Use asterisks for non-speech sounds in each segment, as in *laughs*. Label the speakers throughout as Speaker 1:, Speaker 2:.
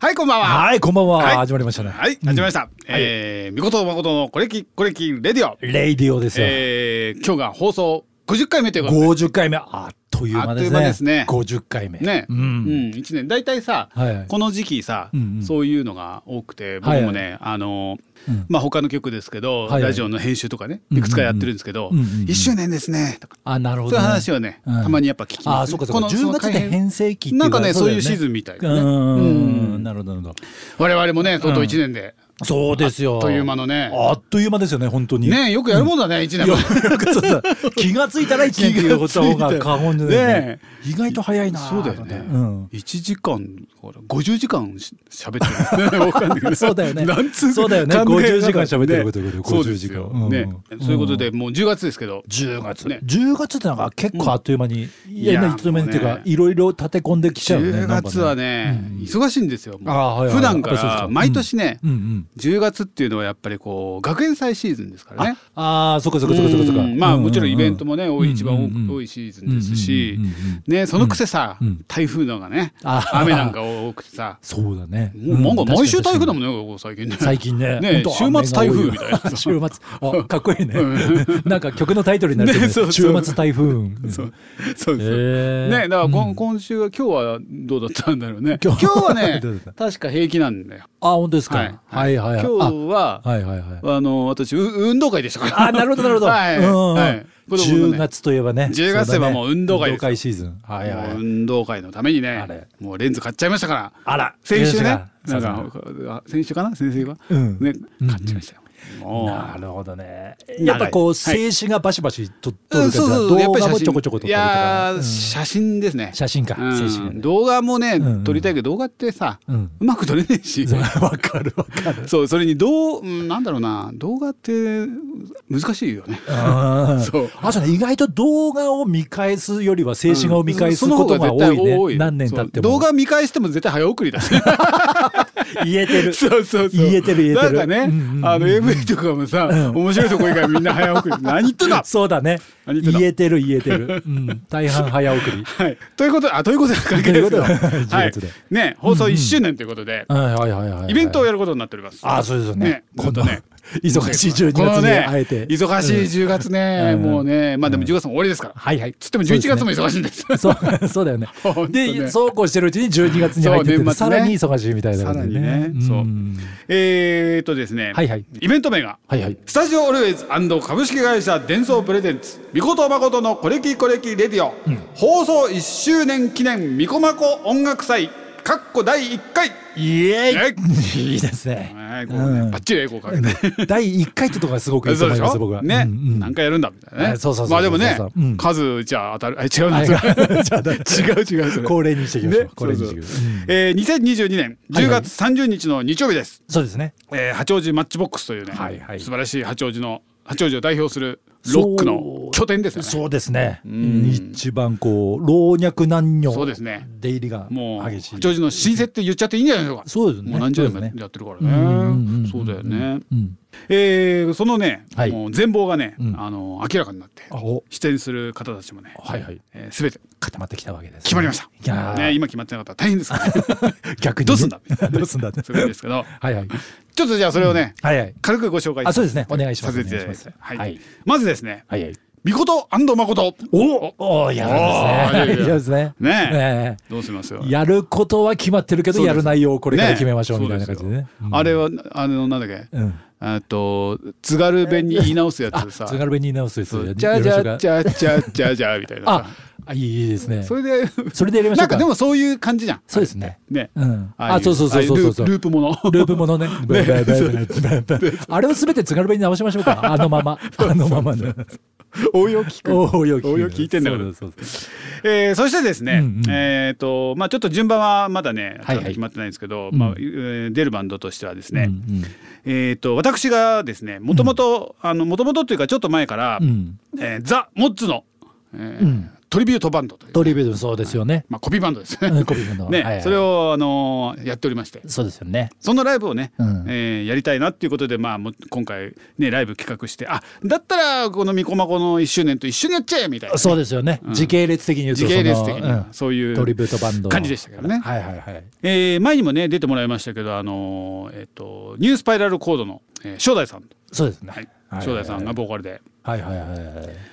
Speaker 1: はい、こんばんは。
Speaker 2: はい、こんばんは。
Speaker 1: はい
Speaker 2: 始まりましたね。
Speaker 1: はい、始まりました。えー、みことまことのこれき、これきレディオ。
Speaker 2: レイディオですよ。
Speaker 1: えー、今日が放送50回目ということで。
Speaker 2: 50回目、あっという間
Speaker 1: あっ
Speaker 2: ですね。
Speaker 1: という間ですね
Speaker 2: 50回目。
Speaker 1: ね、
Speaker 2: う
Speaker 1: うん
Speaker 2: ん。、
Speaker 1: 一年、大体さ、
Speaker 2: はい
Speaker 1: この時期さ、
Speaker 2: うんうん
Speaker 1: そういうのが多くて、僕もね、あのー。
Speaker 2: うん
Speaker 1: まあ他の曲ですけど、
Speaker 2: はいはい
Speaker 1: ラジオの編集とかね
Speaker 2: うんう
Speaker 1: い
Speaker 2: ん
Speaker 1: くつかやってるんですけど
Speaker 2: うんうんうん
Speaker 1: 1周年ですね」とか
Speaker 2: あ、なるほ
Speaker 1: そうい
Speaker 2: ど
Speaker 1: う
Speaker 2: ね。
Speaker 1: 話をね
Speaker 2: うん
Speaker 1: たまにやっぱ聞きますね
Speaker 2: あ、そうかそうか。
Speaker 1: この
Speaker 2: 10月で編成期っていう
Speaker 1: なんかねそういう
Speaker 2: だ
Speaker 1: シ
Speaker 2: よ
Speaker 1: ーズンみたいな
Speaker 2: う
Speaker 1: ね
Speaker 2: んうん
Speaker 1: う
Speaker 2: うんん。なるほど、なるほ
Speaker 1: 我々もねとうとう1年で
Speaker 2: ど。そうですよ。
Speaker 1: あっという間のね
Speaker 2: あっという間ですよね、本当に。
Speaker 1: ねよくやるもんだね1年
Speaker 2: いや
Speaker 1: も
Speaker 2: なんかそうそう気がついたら一年っていうことの方が過言じゃない
Speaker 1: ね
Speaker 2: ね。意外と早いな。
Speaker 1: そうだよね、
Speaker 2: うん。
Speaker 1: 1時間ほら50時間し喋ってるよねわかんないけど
Speaker 2: そうだよね
Speaker 1: なんつ
Speaker 2: そうだよね
Speaker 1: 考え
Speaker 2: 50時間喋ってることだけど
Speaker 1: ねそうですよ
Speaker 2: 50時間うん
Speaker 1: ね
Speaker 2: うん
Speaker 1: そういうことでもう10月ですけど
Speaker 2: 10月
Speaker 1: ね
Speaker 2: 10月ってなんか結構あっという間に、い
Speaker 1: い
Speaker 2: や
Speaker 1: や
Speaker 2: あっという間にっていう
Speaker 1: もう
Speaker 2: か
Speaker 1: ね
Speaker 2: いろいろ立て込んできちゃうね
Speaker 1: 10
Speaker 2: なんか
Speaker 1: 月はね
Speaker 2: うん
Speaker 1: 忙しいんですよもう
Speaker 2: ああはいはい
Speaker 1: 普段か
Speaker 2: やっぱりそうです
Speaker 1: ら
Speaker 2: か
Speaker 1: 毎年ね
Speaker 2: うんうん
Speaker 1: 10月っていうのはやっぱりこう学園祭シーズンですからね
Speaker 2: ああそっかそっかそっかそっかそっか
Speaker 1: うんまあもちろんイベントもね多い一
Speaker 2: うんう
Speaker 1: 番
Speaker 2: んうん
Speaker 1: 多多いシーズンですし
Speaker 2: うんうんうんうん
Speaker 1: ねそのくせさ
Speaker 2: うん
Speaker 1: 台風のがね
Speaker 2: あ
Speaker 1: 雨なんか多くてさ
Speaker 2: そうだね
Speaker 1: もうなんか毎週台風だも
Speaker 2: ん
Speaker 1: んねここ最近ね
Speaker 2: 確かに確かに最近ね
Speaker 1: ね
Speaker 2: 本当
Speaker 1: 週末台風み
Speaker 2: *laughs*
Speaker 1: たいな
Speaker 2: 週末あかっこいいね *laughs* なんか曲のタイトルになるけど
Speaker 1: ねそうそう
Speaker 2: ね週末台風うん
Speaker 1: *laughs* そうそうそ
Speaker 2: へ
Speaker 1: う
Speaker 2: え
Speaker 1: ねだからこん、
Speaker 2: うん
Speaker 1: 今週は今日はどうだったんだろうね今
Speaker 2: 今
Speaker 1: 日
Speaker 2: 日
Speaker 1: は
Speaker 2: どうだっ
Speaker 1: ね
Speaker 2: た
Speaker 1: 確か平気なんだよ
Speaker 2: あ本当です
Speaker 1: は
Speaker 2: かはいはいはい
Speaker 1: 今日 *laughs* は
Speaker 2: あはいはいはい
Speaker 1: あの私う運動会でしたから
Speaker 2: あなるほどなるほど。
Speaker 1: *laughs* はい、
Speaker 2: うんうん
Speaker 1: はい、子供のね
Speaker 2: 10月といえばね。
Speaker 1: 10月といえば
Speaker 2: そだね
Speaker 1: もう運動会ですよ
Speaker 2: 運動会シーズン。はいはい
Speaker 1: もう
Speaker 2: はい。
Speaker 1: 運動会のために
Speaker 2: あ
Speaker 1: ね
Speaker 2: れ
Speaker 1: もうレンズ買っちゃいましたから
Speaker 2: あら
Speaker 1: 先週ねな
Speaker 2: そうんそう
Speaker 1: か先週かな先生が、
Speaker 2: うん
Speaker 1: ね
Speaker 2: うん
Speaker 1: 買っちゃいましたよ、もう
Speaker 2: なるほどね。やっぱ
Speaker 1: は
Speaker 2: こ
Speaker 1: いう
Speaker 2: 静止がバシバシと撮
Speaker 1: う
Speaker 2: る
Speaker 1: ん
Speaker 2: か
Speaker 1: そう
Speaker 2: ら
Speaker 1: そうそうやっ
Speaker 2: 動
Speaker 1: ぱり
Speaker 2: 画
Speaker 1: 写
Speaker 2: も
Speaker 1: 真
Speaker 2: ちょこちょこ撮っ
Speaker 1: い
Speaker 2: たりと
Speaker 1: や
Speaker 2: か
Speaker 1: ー、。
Speaker 2: うん
Speaker 1: 写真ですね
Speaker 2: 写真か
Speaker 1: うん
Speaker 2: 静止画ね
Speaker 1: 動画もね、
Speaker 2: うん
Speaker 1: 撮りたいけど動画ってさ、う
Speaker 2: うん
Speaker 1: まく撮れねえし
Speaker 2: そう *laughs* わかるわかる。
Speaker 1: そうそれにどううんなんだろうな動画って難しいよね。
Speaker 2: あ
Speaker 1: そう
Speaker 2: あとね意外と動画を見返すよりは静止画を見返すことが
Speaker 1: そ
Speaker 2: 多
Speaker 1: の方絶対
Speaker 2: いね。何年経っても
Speaker 1: そう動画見返しても絶対早送
Speaker 2: *laughs*
Speaker 1: りだし
Speaker 2: 言えて
Speaker 1: *laughs*
Speaker 2: る。
Speaker 1: そうそうそう
Speaker 2: 言えてる言えてる
Speaker 1: なんかね、
Speaker 2: うんうんうん
Speaker 1: あの AV とかもさ、
Speaker 2: うん
Speaker 1: 面白いとこ以外みんな早送り何言ってんだ
Speaker 2: そうだね。
Speaker 1: 何言ってんだ
Speaker 2: 言えてる言えてる。うん大半早送
Speaker 1: *laughs*
Speaker 2: り。
Speaker 1: はい、ということであということで関係ですけど、
Speaker 2: ということで
Speaker 1: はい
Speaker 2: 10月で、
Speaker 1: ね放送1周年ということで、
Speaker 2: はいはいはいはいはい。
Speaker 1: イベントをやることになっております。
Speaker 2: あそうですよね
Speaker 1: 今度ね。
Speaker 2: *laughs* 忙しい12月
Speaker 1: この
Speaker 2: に
Speaker 1: ね
Speaker 2: あえて、
Speaker 1: 忙しい10月ね、
Speaker 2: うん
Speaker 1: もうね、まあでも10月も終わりですから。
Speaker 2: はいはい
Speaker 1: つっても11月も忙しいんです。 *laughs*
Speaker 2: そうそうだよね
Speaker 1: 本当。ね
Speaker 2: でそうこうしてるうちに12月に入って
Speaker 1: そう年
Speaker 2: て、
Speaker 1: 末
Speaker 2: さ
Speaker 1: ね
Speaker 2: らに忙しいみたいな
Speaker 1: さ
Speaker 2: こと
Speaker 1: ら
Speaker 2: で
Speaker 1: にね、そう。えーっとですね、
Speaker 2: はいはい
Speaker 1: イベント名が、
Speaker 2: はいはい
Speaker 1: スタジオオルウェイズ株式会社伝送プレゼンツ、みことまことのこれきこれきレディオ、放送1周年記念みこまこ音楽祭、かっこ第1回。
Speaker 2: イエ
Speaker 1: ー
Speaker 2: ーイいいですね
Speaker 1: *laughs* はい、こうね、
Speaker 2: うん
Speaker 1: バッチリエコーかけて。
Speaker 2: 第1回ってとこがすごくいいと
Speaker 1: そう
Speaker 2: 思
Speaker 1: で
Speaker 2: い
Speaker 1: し
Speaker 2: ます
Speaker 1: ょ
Speaker 2: 僕は
Speaker 1: ね、
Speaker 2: うんうん
Speaker 1: 何回やるんだみたいなね
Speaker 2: えそうそうそう
Speaker 1: まあでもね
Speaker 2: そうそうそううん
Speaker 1: 数じゃ当たるあ *laughs* 違うな
Speaker 2: あ
Speaker 1: それ
Speaker 2: じゃあだ
Speaker 1: 違う違うそれ
Speaker 2: 恒例にしていきましょう
Speaker 1: ね
Speaker 2: 恒例にしていきましょう
Speaker 1: そうそうえー2022年10月30日の日曜日です、
Speaker 2: *laughs* そうですね
Speaker 1: えー八王子マッチボックスというね、
Speaker 2: はいはい
Speaker 1: 素晴らしい八王子の八王子を代表するロック
Speaker 2: そ
Speaker 1: の
Speaker 2: う
Speaker 1: 拠点ですよね
Speaker 2: そうですね一番こう老若男女
Speaker 1: そうですね
Speaker 2: 出入りが
Speaker 1: もう
Speaker 2: 激しい
Speaker 1: 八王子の新設って言っちゃっていいんじゃないでしょうか
Speaker 2: そうですね
Speaker 1: もう何十年
Speaker 2: そ
Speaker 1: も
Speaker 2: うですね
Speaker 1: やってるから
Speaker 2: うんうんうんう
Speaker 1: ね
Speaker 2: ん
Speaker 1: そうだよね
Speaker 2: うん
Speaker 1: えーそのね、
Speaker 2: はい
Speaker 1: もう全貌がね、
Speaker 2: うん
Speaker 1: あの明らかになって
Speaker 2: あお
Speaker 1: 出演する方たちもね、
Speaker 2: はいはい
Speaker 1: えー、全て
Speaker 2: 固まってきたわけですね
Speaker 1: 決まりまし
Speaker 2: い
Speaker 1: た
Speaker 2: や、
Speaker 1: ね、
Speaker 2: ー
Speaker 1: 今決まってなかったら大変ですから、ね、 *laughs*
Speaker 2: 逆にね
Speaker 1: どうすんだ
Speaker 2: *laughs* どうすん
Speaker 1: *laughs*
Speaker 2: だって
Speaker 1: すごいですけど
Speaker 2: *laughs* はいはい
Speaker 1: ちょっとじゃあそれをね、
Speaker 2: はいはい
Speaker 1: 軽くご紹介
Speaker 2: あそうですねお願いします
Speaker 1: させていただきます
Speaker 2: お願いしま
Speaker 1: は
Speaker 2: す
Speaker 1: い、
Speaker 2: はい
Speaker 1: まずですね
Speaker 2: はいはい
Speaker 1: 「みことまこと
Speaker 2: おおやるんですね。
Speaker 1: おー
Speaker 2: *laughs* やるんですね。
Speaker 1: ねえ
Speaker 2: え」
Speaker 1: どうしますよ
Speaker 2: えやることは決まってるけ
Speaker 1: そう
Speaker 2: ど、
Speaker 1: です
Speaker 2: やる内容をこれから決めましょう
Speaker 1: ね
Speaker 2: みたいな感じでね
Speaker 1: そう。すよあれはあのなんだっけ
Speaker 2: うん、うん。
Speaker 1: えっと津軽弁に言い直すやつさ
Speaker 2: 津軽弁に直すやつ
Speaker 1: そう
Speaker 2: や
Speaker 1: じゃじゃじ
Speaker 2: ゃ。
Speaker 1: ゃじゃじゃじゃみたいなさ
Speaker 2: あ、あいいいいですね。
Speaker 1: それで
Speaker 2: それでやりまし
Speaker 1: な
Speaker 2: ょ
Speaker 1: ん
Speaker 2: う
Speaker 1: か
Speaker 2: か。
Speaker 1: でもそういう感じじゃん
Speaker 2: そうですね。
Speaker 1: ね
Speaker 2: うん。
Speaker 1: ああい
Speaker 2: あ、そうそうそうそうそう。
Speaker 1: ああいル
Speaker 2: ル
Speaker 1: ープもの
Speaker 2: ープものね。ブンブンブンブンブンブンあれをすべて津軽弁に直しましょうか。
Speaker 1: *laughs*
Speaker 2: あのまま。あのままね。
Speaker 1: 応用聞く
Speaker 2: おおよ
Speaker 1: 応用聞いてんだから
Speaker 2: そうそうそう
Speaker 1: えーそしてですね、
Speaker 2: うんうん
Speaker 1: えっ、とまあちょっと順番はまだね
Speaker 2: はいはい
Speaker 1: 決まってないんですけど、まあ、
Speaker 2: うん
Speaker 1: えー出るバンドとしてはですね、
Speaker 2: うん
Speaker 1: えっ、と私がですねもともとあのもともとというかちょっと前から、
Speaker 2: うん。うん
Speaker 1: えーザ・モッツの、えー
Speaker 2: うん
Speaker 1: トリビュートバンドという、
Speaker 2: トリビュートそうですよね。
Speaker 1: まあ、コピーバンドです
Speaker 2: う
Speaker 1: ね
Speaker 2: ん、コピーバンドは
Speaker 1: ね、
Speaker 2: はいはい
Speaker 1: それを、あのーやっておりまして
Speaker 2: そうですよね。
Speaker 1: そのライブをね、
Speaker 2: うん
Speaker 1: えーやりたいなっていうことで、まあ、もう今回ねライブ企画してあだったらこの「みこまこ」の1周年と一緒にやっちゃえみたいな
Speaker 2: そうですよね。時系列的に言うと
Speaker 1: 時系列的
Speaker 2: その
Speaker 1: に
Speaker 2: うん
Speaker 1: そういう
Speaker 2: トリビュートバンドの
Speaker 1: 感じでしたからね
Speaker 2: はいはいはい。
Speaker 1: えー前にもね出てもらいましたけど、あのーえっとニュースパイラルコードの、えー、正代さん、
Speaker 2: そうですね。
Speaker 1: はい
Speaker 2: はい
Speaker 1: 正代さんがボーカルで
Speaker 2: はいはいはいはい。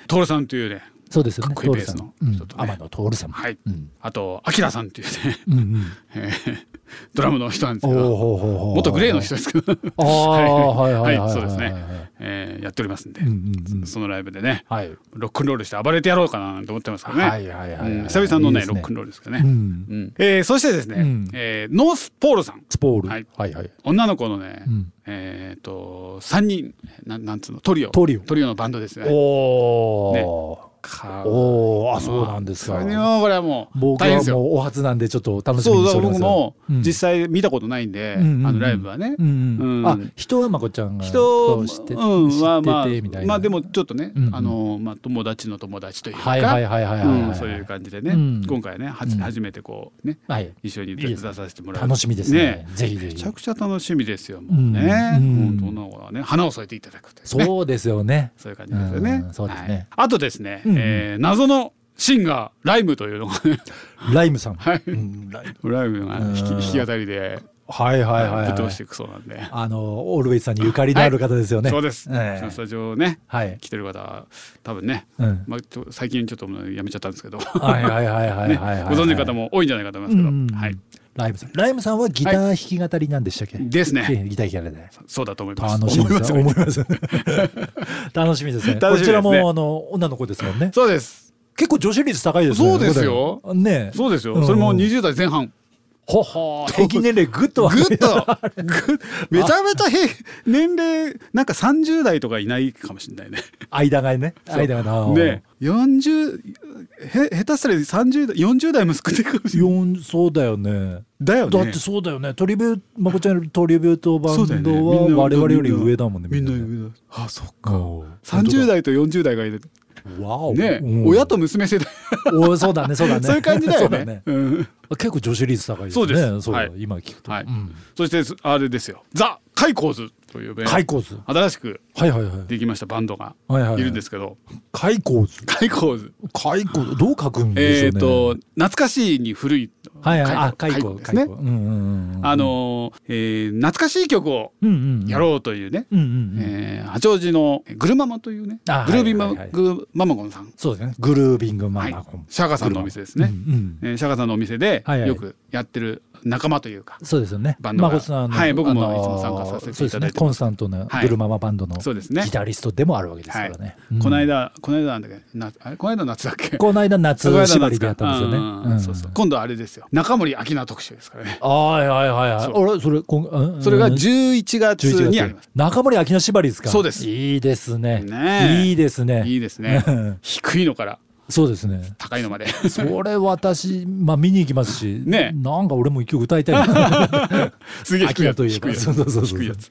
Speaker 1: 徹さんというね、
Speaker 2: そうですよね。
Speaker 1: かっこいい
Speaker 2: 徹さん
Speaker 1: ベースの
Speaker 2: うん
Speaker 1: ちょっとね
Speaker 2: 天野徹さん。
Speaker 1: はい
Speaker 2: うん
Speaker 1: あと明さんというね、
Speaker 2: うんうん。
Speaker 1: えードラムの人なんです
Speaker 2: お
Speaker 1: け
Speaker 2: ー
Speaker 1: ど
Speaker 2: ほうほうほう
Speaker 1: 元グレーの人ですけど、
Speaker 2: ああ、はいはい
Speaker 1: は
Speaker 2: はいい。
Speaker 1: そうですね。えーやっておりますんで、
Speaker 2: うんうんうん。
Speaker 1: そのライブでね
Speaker 2: はい。
Speaker 1: ロックンロールして暴れてやろうかななんて思ってますからね、
Speaker 2: はいはいはいはい
Speaker 1: うん久々のね
Speaker 2: いいですね
Speaker 1: ロックンロールですけどね、
Speaker 2: うん。
Speaker 1: うんえーそしてですね、
Speaker 2: うん
Speaker 1: えーノースポールさん
Speaker 2: スポール。
Speaker 1: は
Speaker 2: はいいはい。
Speaker 1: 女の子のね、
Speaker 2: うん
Speaker 1: えっ、と三人なんなんつうのトリオ
Speaker 2: トリオ
Speaker 1: のバンドですね。
Speaker 2: お
Speaker 1: ね
Speaker 2: お。
Speaker 1: か
Speaker 2: おお、あ、そうなんです
Speaker 1: そ
Speaker 2: か
Speaker 1: れ。にはこれはもう
Speaker 2: 僕
Speaker 1: 大変
Speaker 2: は
Speaker 1: です
Speaker 2: も
Speaker 1: よ。
Speaker 2: うお初なんでちょっと楽し
Speaker 1: そ
Speaker 2: み
Speaker 1: う
Speaker 2: にし
Speaker 1: だ
Speaker 2: ておりま
Speaker 1: 僕
Speaker 2: す。
Speaker 1: も
Speaker 2: うん
Speaker 1: 実際見たことないんで、
Speaker 2: うんうんうん
Speaker 1: あのライブはね。
Speaker 2: うんうん
Speaker 1: うん
Speaker 2: あ、人はまこちゃんが
Speaker 1: 人
Speaker 2: そう知って
Speaker 1: うんまあまあ
Speaker 2: 知っててみたいな。
Speaker 1: まあでもちょっとね、
Speaker 2: うんうん
Speaker 1: あのまあ友達の友達というか、
Speaker 2: はいはいはいはいはいはい
Speaker 1: うんそういう感じでね、
Speaker 2: うん
Speaker 1: 今回ねは
Speaker 2: う
Speaker 1: じ
Speaker 2: ん
Speaker 1: 初めてこうね
Speaker 2: はい。
Speaker 1: 一緒に
Speaker 2: いい
Speaker 1: 出
Speaker 2: ですね
Speaker 1: させてもらう
Speaker 2: 楽しみですね。ぜひぜ
Speaker 1: め
Speaker 2: ひ
Speaker 1: ちゃ。くちゃ楽しみですよもうね、
Speaker 2: う
Speaker 1: うんんどんなのかね花を添えていただくというね
Speaker 2: そうですよね。
Speaker 1: そういう感じですよね。
Speaker 2: うんそうですね
Speaker 1: はいあとですね、
Speaker 2: うんうん
Speaker 1: えー謎のシンガーライムというのが
Speaker 2: *laughs*
Speaker 1: ね、
Speaker 2: ライムさん。
Speaker 1: はい
Speaker 2: うんライム
Speaker 1: ライムが弾き
Speaker 2: うん
Speaker 1: 弾き語りで、
Speaker 2: はいはいはいはい。
Speaker 1: ぶっ通していくそうなんで、
Speaker 2: あのオールウェイさんにゆかりのある方ですよね。
Speaker 1: そうです。
Speaker 2: ええ
Speaker 1: スタジオね
Speaker 2: はい。
Speaker 1: 来てる方は多分ね、
Speaker 2: うん
Speaker 1: まあちょ最近ちょっともうやめちゃったんですけど、
Speaker 2: はいはいはいはい
Speaker 1: ね、
Speaker 2: はいはい。
Speaker 1: ご存知の方も多いんじゃないかと思います
Speaker 2: う
Speaker 1: け
Speaker 2: ん
Speaker 1: ど、
Speaker 2: うんうん。
Speaker 1: はい、
Speaker 2: ライムさん。ライムさんはギター弾き語りなんでしたっけ？
Speaker 1: ですね。
Speaker 2: ギター弾き語りで。
Speaker 1: そうだと思います。
Speaker 2: 楽しみ
Speaker 1: 思い
Speaker 2: で
Speaker 1: ますす
Speaker 2: ね。
Speaker 1: ね
Speaker 2: 思いま
Speaker 1: *laughs*
Speaker 2: す。楽しみですね。
Speaker 1: 楽
Speaker 2: こ
Speaker 1: しみですね
Speaker 2: ちらもあの女の子ですもんね。
Speaker 1: そうです。
Speaker 2: 結構女子率高いですね。
Speaker 1: そうですよ
Speaker 2: ここでねえ。
Speaker 1: そうですよ。
Speaker 2: ん
Speaker 1: それも20代前半。
Speaker 2: ほほー
Speaker 1: *laughs*
Speaker 2: 平均年齢ぐっと
Speaker 1: ぐっと、ぐめちゃめちゃ平年齢なんか30代とかいないかもしれないね。
Speaker 2: 間がね。間がな。
Speaker 1: ね、40へ下手したら30代40代も少ないかもしれない
Speaker 2: 四そうだよね。
Speaker 1: だよね
Speaker 2: だってそうだよね。トリビューまこちゃんのトリビュートバ
Speaker 1: そうだよ
Speaker 2: ン
Speaker 1: ね
Speaker 2: ド
Speaker 1: みんな
Speaker 2: は我々より上だもんね。
Speaker 1: みんな
Speaker 2: みんなね
Speaker 1: 上だあそっか
Speaker 2: おー
Speaker 1: 30代と40代がいる
Speaker 2: わ *laughs* お。
Speaker 1: ね、
Speaker 2: うん
Speaker 1: 親と娘世代
Speaker 2: おそうだねそうだね。
Speaker 1: そういう感じだよ
Speaker 2: そ
Speaker 1: ね
Speaker 2: う
Speaker 1: うん
Speaker 2: 結構女子率高いですね。
Speaker 1: そうです
Speaker 2: そう
Speaker 1: はい
Speaker 2: 今聞くと。
Speaker 1: はい
Speaker 2: うん
Speaker 1: そしてあれですよザ・カイコーズというね
Speaker 2: 開口図。
Speaker 1: 新しく
Speaker 2: はいはいはい。
Speaker 1: できましたバンドが
Speaker 2: はいはいはい
Speaker 1: いるんですけど
Speaker 2: 開口図。
Speaker 1: カイコーズ
Speaker 2: 開口図どう書くんでしょ
Speaker 1: え
Speaker 2: うね。
Speaker 1: っと懐かしいに古い
Speaker 2: はいはいあ
Speaker 1: カイ
Speaker 2: 開
Speaker 1: コー
Speaker 2: 口
Speaker 1: ズで
Speaker 2: 開
Speaker 1: すね
Speaker 2: 口。うんうんうん。
Speaker 1: あのーえー懐かしい曲を
Speaker 2: うんうんうん
Speaker 1: やろうというね
Speaker 2: うんうんうん。
Speaker 1: えー八王子のグルママというね
Speaker 2: あ
Speaker 1: グルービーマ,、
Speaker 2: はいはいはい
Speaker 1: グルママゴンさん、
Speaker 2: そうですね。グルービングマ
Speaker 1: はい
Speaker 2: マコン。
Speaker 1: シャガさんのお店です
Speaker 2: うんう
Speaker 1: ね、
Speaker 2: ん。
Speaker 1: えーシャガさんのお店で
Speaker 2: はいはい
Speaker 1: よくやってる仲間というか、
Speaker 2: そうですよね。
Speaker 1: バンドが
Speaker 2: 孫さんの
Speaker 1: はい僕も
Speaker 2: あのー
Speaker 1: いつも参加させていただいてます
Speaker 2: そうですね。コンスタントな
Speaker 1: はい
Speaker 2: グルママバンドの
Speaker 1: そう
Speaker 2: ギ
Speaker 1: ですね
Speaker 2: タリストでもあるわけですからね。うん
Speaker 1: この。間この間なんだっけなあれこの間夏だっけ
Speaker 2: この間夏
Speaker 1: この間夏か
Speaker 2: 縛りでやったんですよね。
Speaker 1: うん
Speaker 2: ん
Speaker 1: そうそう今度はあれですよ中森明菜特集ですからね
Speaker 2: はいはいはいはい。
Speaker 1: そう
Speaker 2: 俺それこんうん
Speaker 1: それが
Speaker 2: うん
Speaker 1: 11月
Speaker 2: 11
Speaker 1: にありま
Speaker 2: 月
Speaker 1: す、
Speaker 2: 中森明菜縛りですか
Speaker 1: そうです
Speaker 2: いいですね
Speaker 1: ねえ
Speaker 2: いいですね
Speaker 1: いいですね低いのから
Speaker 2: そうですね
Speaker 1: 高いのまで
Speaker 2: それ私まあ見に行きますし、
Speaker 1: ねえ
Speaker 2: なんか俺も一曲歌いたいな
Speaker 1: *laughs* すげえ低いや
Speaker 2: 明菜と
Speaker 1: つ
Speaker 2: いえ
Speaker 1: 低
Speaker 2: ば
Speaker 1: いや
Speaker 2: そうそうそう
Speaker 1: つ
Speaker 2: そう
Speaker 1: 低いやつ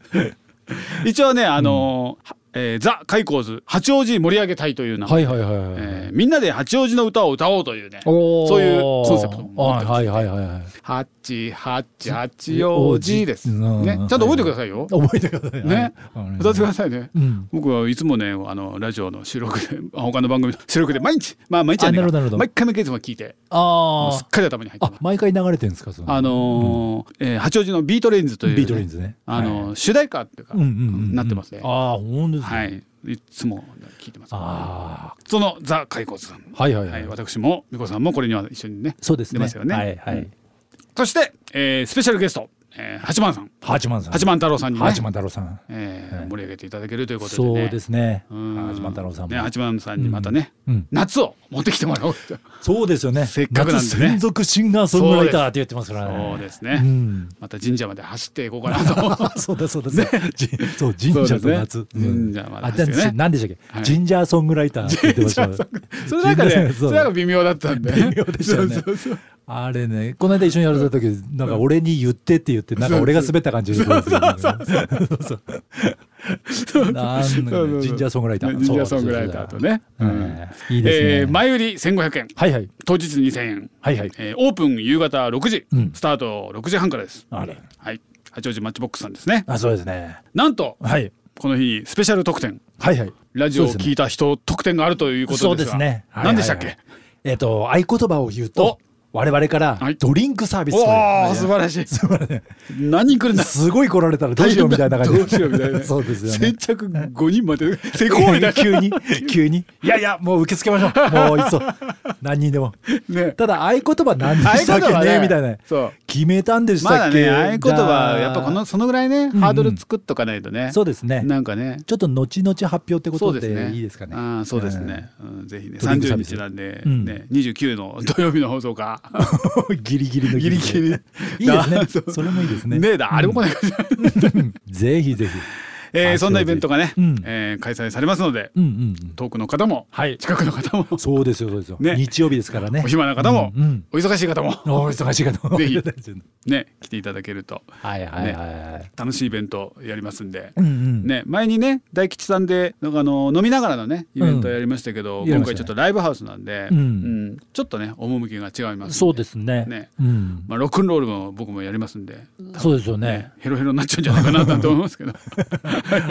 Speaker 1: 一応ねあのーえーザ・カイコーズ八王子盛り上げ隊という名前
Speaker 2: はいはいはいはい、
Speaker 1: えーみんなで八王子の歌を歌おうというね
Speaker 2: おー
Speaker 1: そういうコンセプトも持っ
Speaker 2: は
Speaker 1: てま
Speaker 2: い
Speaker 1: す
Speaker 2: はいはいはいはい
Speaker 1: 八八八王子です、
Speaker 2: うん
Speaker 1: ね、ちゃんと覚えてくださいよ、
Speaker 2: 覚えてください
Speaker 1: ね
Speaker 2: はい
Speaker 1: 歌ってくださいね、
Speaker 2: うん
Speaker 1: 僕はいつもねあのラジオの収録であ他の番組の収録で毎日まあ毎日はねえ
Speaker 2: あなるほどな
Speaker 1: か
Speaker 2: るほど
Speaker 1: 毎回毎回いつも聞いて
Speaker 2: あ
Speaker 1: す
Speaker 2: ー
Speaker 1: っかり頭に入って
Speaker 2: あ
Speaker 1: ます
Speaker 2: 毎回流れてるんですかその
Speaker 1: あのーえー八王子のビートレインズというね、
Speaker 2: ビートレインズね
Speaker 1: あのー
Speaker 2: は
Speaker 1: 主題歌っていうか、
Speaker 2: うんうんうんうん
Speaker 1: なってますね
Speaker 2: ああ本当ですね、
Speaker 1: はいいつも聞いてます
Speaker 2: あ
Speaker 1: そのザ・カイコーズさん
Speaker 2: あはいはい
Speaker 1: は、
Speaker 2: はいい、
Speaker 1: 私も美子さんもこれには一緒にね
Speaker 2: そうですね
Speaker 1: 出ますよね
Speaker 2: はいはい、
Speaker 1: うんそして、えースペシャルゲスト、えー、八幡さん
Speaker 2: 八幡さん
Speaker 1: 八幡太郎さんにね、
Speaker 2: 八幡太郎さん
Speaker 1: えー
Speaker 2: はい
Speaker 1: 盛り上げていただけるということでね
Speaker 2: そうですね。
Speaker 1: うん
Speaker 2: 八幡太郎さんも
Speaker 1: ね、。八幡さんにまたね、
Speaker 2: うん
Speaker 1: 夏を持ってきてもらおうと
Speaker 2: そうですよね。
Speaker 1: せっかくなんでね
Speaker 2: 夏専属シンガーソングライターって言ってますからね。
Speaker 1: そうですね、
Speaker 2: うん。
Speaker 1: また神社まで走っていこうかなと
Speaker 2: *laughs* そうだそうだ。じそう神社と夏。
Speaker 1: そうですね
Speaker 2: うん
Speaker 1: 神社は
Speaker 2: あ
Speaker 1: 夏ですよね
Speaker 2: なんでしたっ
Speaker 1: はい
Speaker 2: け？ジンジャーソングライターって言ってましたよ。
Speaker 1: それなんか
Speaker 2: 神
Speaker 1: ね
Speaker 2: 社
Speaker 1: そ
Speaker 2: そう
Speaker 1: れなんか微妙だったんで
Speaker 2: 微妙でしたよね
Speaker 1: そうそうそう
Speaker 2: あれね、この間一緒にやらせた時、なんか俺に言ってって言って、なんか俺が滑った感じで。そうそうそうそう
Speaker 1: *laughs*
Speaker 2: なん
Speaker 1: そうそう
Speaker 2: ジンジャーソングライター
Speaker 1: ねジンジャーソングライターとね。
Speaker 2: そう
Speaker 1: う
Speaker 2: そうそうんいい
Speaker 1: え
Speaker 2: です
Speaker 1: ー
Speaker 2: ね。
Speaker 1: 前売り1500円、
Speaker 2: はいはい。
Speaker 1: 当日2000円、
Speaker 2: はいはい。
Speaker 1: えーオープン夕方6時、
Speaker 2: うん
Speaker 1: スタート6時半からです。
Speaker 2: あれ。
Speaker 1: はい、八王子マッチボックスさんですね。
Speaker 2: あ、そうですね。
Speaker 1: なんと
Speaker 2: はい。
Speaker 1: この日スペシャル特典、
Speaker 2: はいはい。
Speaker 1: ラジオを
Speaker 2: そうですね
Speaker 1: 聞いた人特典があるということですが、
Speaker 2: そうですね。はい
Speaker 1: 何でしたっけ？
Speaker 2: はいはいえっと、合言葉を言うと、我々から
Speaker 1: はい
Speaker 2: ドリンクサービス
Speaker 1: お
Speaker 2: という
Speaker 1: お素晴らしい。何来るんだ。
Speaker 2: すごい来られたらどうしようみたいな感じ。
Speaker 1: どうしようみたいなね。
Speaker 2: *laughs* そうですよね。
Speaker 1: 先。着五人まで。せこいな
Speaker 2: *laughs* 急に急にいやいやもう受け付けましょうもういっそ何人でも
Speaker 1: ね。
Speaker 2: ただ合言葉何でしたっけ
Speaker 1: 合言葉
Speaker 2: ね
Speaker 1: ね
Speaker 2: みたいな
Speaker 1: そう
Speaker 2: 決めたんでし
Speaker 1: ま
Speaker 2: た
Speaker 1: だ
Speaker 2: っけ
Speaker 1: ね、ああいうことはやっぱこのそのぐらいね、ハード
Speaker 2: うん
Speaker 1: ル作っとかないとね。
Speaker 2: そうですね
Speaker 1: なんかね。
Speaker 2: ちょっと後々発表ってこ
Speaker 1: そ
Speaker 2: と
Speaker 1: うです
Speaker 2: で
Speaker 1: ね。
Speaker 2: いいですかね
Speaker 1: ああそうですね。うんぜひね。
Speaker 2: ドリ
Speaker 1: 三
Speaker 2: ンク
Speaker 1: 十
Speaker 2: サービス
Speaker 1: 日なんで
Speaker 2: うん
Speaker 1: ね、二十九の土曜日の放送か。
Speaker 2: うんギリギリの
Speaker 1: ギリギリ。
Speaker 2: いいですね
Speaker 1: そう
Speaker 2: それもいいですね
Speaker 1: ねえだ、あれも来ないかもしれない。
Speaker 2: *laughs* ぜひぜひ
Speaker 1: えーそんなイベントがね
Speaker 2: うん、
Speaker 1: えー開催されますので、
Speaker 2: うんうんうん
Speaker 1: 遠くの方も
Speaker 2: はい
Speaker 1: 近くの方
Speaker 2: *laughs*
Speaker 1: も
Speaker 2: そうですよそうですよ
Speaker 1: ね
Speaker 2: 日曜日ですからね
Speaker 1: お暇な方も
Speaker 2: うんうん
Speaker 1: お忙しい方も
Speaker 2: お忙しい方
Speaker 1: ぜひ
Speaker 2: *laughs* は
Speaker 1: ね来ていただけると
Speaker 2: いはいはい
Speaker 1: 楽しいイベントやりますんで
Speaker 2: う。んうん
Speaker 1: ね、前にね大吉さんでなんかあの飲みながらのねイベントやりましたけど、
Speaker 2: うんやり
Speaker 1: 今
Speaker 2: まし
Speaker 1: 回
Speaker 2: たね
Speaker 1: ちょっとライブハウスなんで、
Speaker 2: うん
Speaker 1: んちょっとね趣が違いますん
Speaker 2: そうですね
Speaker 1: ね
Speaker 2: うん
Speaker 1: まあ、ロックンロールも僕もやりますんで、
Speaker 2: そうですよ
Speaker 1: ね
Speaker 2: ね
Speaker 1: ヘロヘロになっちゃうんじゃないかなと思いますけど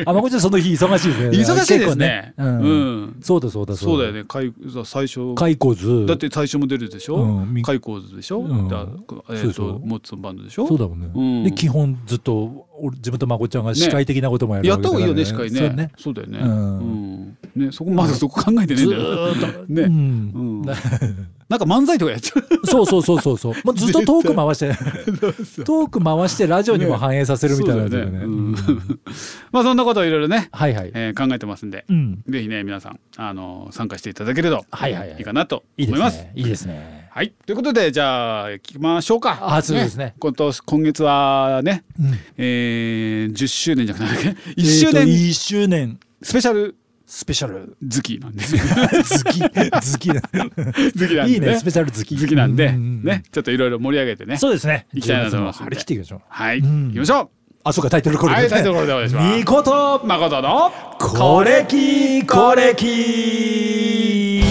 Speaker 2: あまこちゃんその日忙しいですね。
Speaker 1: 忙しいですね
Speaker 2: 結構
Speaker 1: う
Speaker 2: うんん。そうだそうだ
Speaker 1: そうだよ。ね開最初
Speaker 2: 解雇図。
Speaker 1: だって最初も出るでしょ
Speaker 2: うんみ
Speaker 1: 開口図でしょ、
Speaker 2: うん
Speaker 1: だえ
Speaker 2: そうで
Speaker 1: ー、
Speaker 2: しょ
Speaker 1: とモッツンバンドでしょ
Speaker 2: そうだもん
Speaker 1: うん
Speaker 2: ね。で基本ずっと俺自分とまこちゃんが司会的なこともやる
Speaker 1: や
Speaker 2: わ
Speaker 1: っ
Speaker 2: け
Speaker 1: た
Speaker 2: だ
Speaker 1: 方
Speaker 2: か
Speaker 1: が
Speaker 2: ら。
Speaker 1: いいよね司会ね
Speaker 2: そ
Speaker 1: そう
Speaker 2: ね。
Speaker 1: うだよね,、う
Speaker 2: うん
Speaker 1: ねそこまだそこ考えてねえんだよね、
Speaker 2: う。
Speaker 1: うんん、
Speaker 2: *laughs*
Speaker 1: なんか漫才とかやっちゃう
Speaker 2: そうそうそうそ
Speaker 1: *laughs*
Speaker 2: うそう。もうずっとトーク回して、トーク回してラジオにも反映させるみたいなやつだよね。
Speaker 1: ね
Speaker 2: う
Speaker 1: そうだよ
Speaker 2: ん
Speaker 1: ねまあそんなことをいろいろね、
Speaker 2: はいはい。
Speaker 1: えー考えてますんで、
Speaker 2: うん。
Speaker 1: ぜひね皆さんあの参加していただけると
Speaker 2: はいはいはい
Speaker 1: いいかなと
Speaker 2: いい
Speaker 1: 思い
Speaker 2: です
Speaker 1: ます。
Speaker 2: ね。いいですね。
Speaker 1: はいということでじゃあ聞きましょうか。
Speaker 2: あそうですね
Speaker 1: 今年今月はね、
Speaker 2: うん
Speaker 1: えー、10周年じゃなくて1周
Speaker 2: えーと
Speaker 1: 年
Speaker 2: 一周年
Speaker 1: スペシャル
Speaker 2: スペシャル。
Speaker 1: 好きなん
Speaker 2: *laughs*
Speaker 1: ですよ。*laughs*
Speaker 2: 好き好き
Speaker 1: 好きなんで、
Speaker 2: いいねスペシャル好き
Speaker 1: 好きなんで、
Speaker 2: うんうんうん
Speaker 1: ねちょっといろいろ盛り上げてね。
Speaker 2: そうですね。
Speaker 1: 行きたいなと思います
Speaker 2: 張り切っていきましょう。
Speaker 1: はい、
Speaker 2: うん
Speaker 1: 行きましょ
Speaker 2: あ、そうか、タイトルコ
Speaker 1: う。
Speaker 2: ール
Speaker 1: は
Speaker 2: で
Speaker 1: い
Speaker 2: す
Speaker 1: タ
Speaker 2: ね
Speaker 1: イトルコールでお願いします。
Speaker 2: ニコと、
Speaker 1: 誠の
Speaker 2: コレキ、コレキ。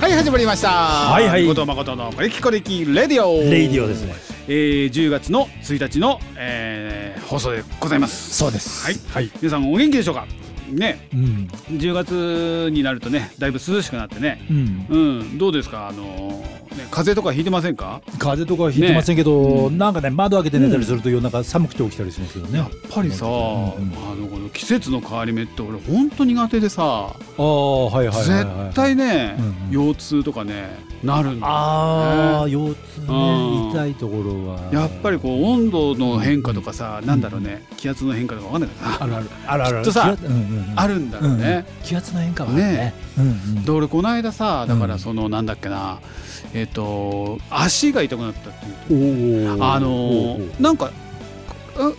Speaker 1: はい始まりました。はい
Speaker 2: はい
Speaker 1: 誠誠のコレキコレキレディオ。
Speaker 2: レイディオですね。
Speaker 1: えー10月の1日の、えー放送でございます。
Speaker 2: そうです。
Speaker 1: はい
Speaker 2: はい。
Speaker 1: 皆さんお元気でしょうか。ね
Speaker 2: うん。
Speaker 1: 10月になるとねだいぶ涼しくなってね。
Speaker 2: うん。
Speaker 1: うんどうですかあのーね風邪とかひいてませんか。
Speaker 2: 風邪とかひいてませんけど、なんかね、窓開けて寝たりすると夜中寒くて起きたりしますよね。やっ
Speaker 1: やっぱりさ、あのこの季節の変わり目って俺本当苦手でさ、
Speaker 2: ああ、はいはいはいはい。
Speaker 1: 絶対ね、
Speaker 2: うんうん
Speaker 1: 腰痛とかねなるんだ
Speaker 2: ああ、腰痛
Speaker 1: うん
Speaker 2: ね、痛いところは。
Speaker 1: やっぱりこう温度の変化とかさ、なんだろうね気圧の変化とかわかんないけどさ
Speaker 2: あるある。あるある。
Speaker 1: きっとさ
Speaker 2: 気圧うんうんうん
Speaker 1: あるんだろうね。
Speaker 2: うん気圧の変化はあるね
Speaker 1: ね。
Speaker 2: うんうん
Speaker 1: で俺この間さだか
Speaker 2: う
Speaker 1: ら
Speaker 2: ん
Speaker 1: そのなんだっけな、えっ、と足が痛くなったっていう
Speaker 2: お
Speaker 1: あのーなんかあ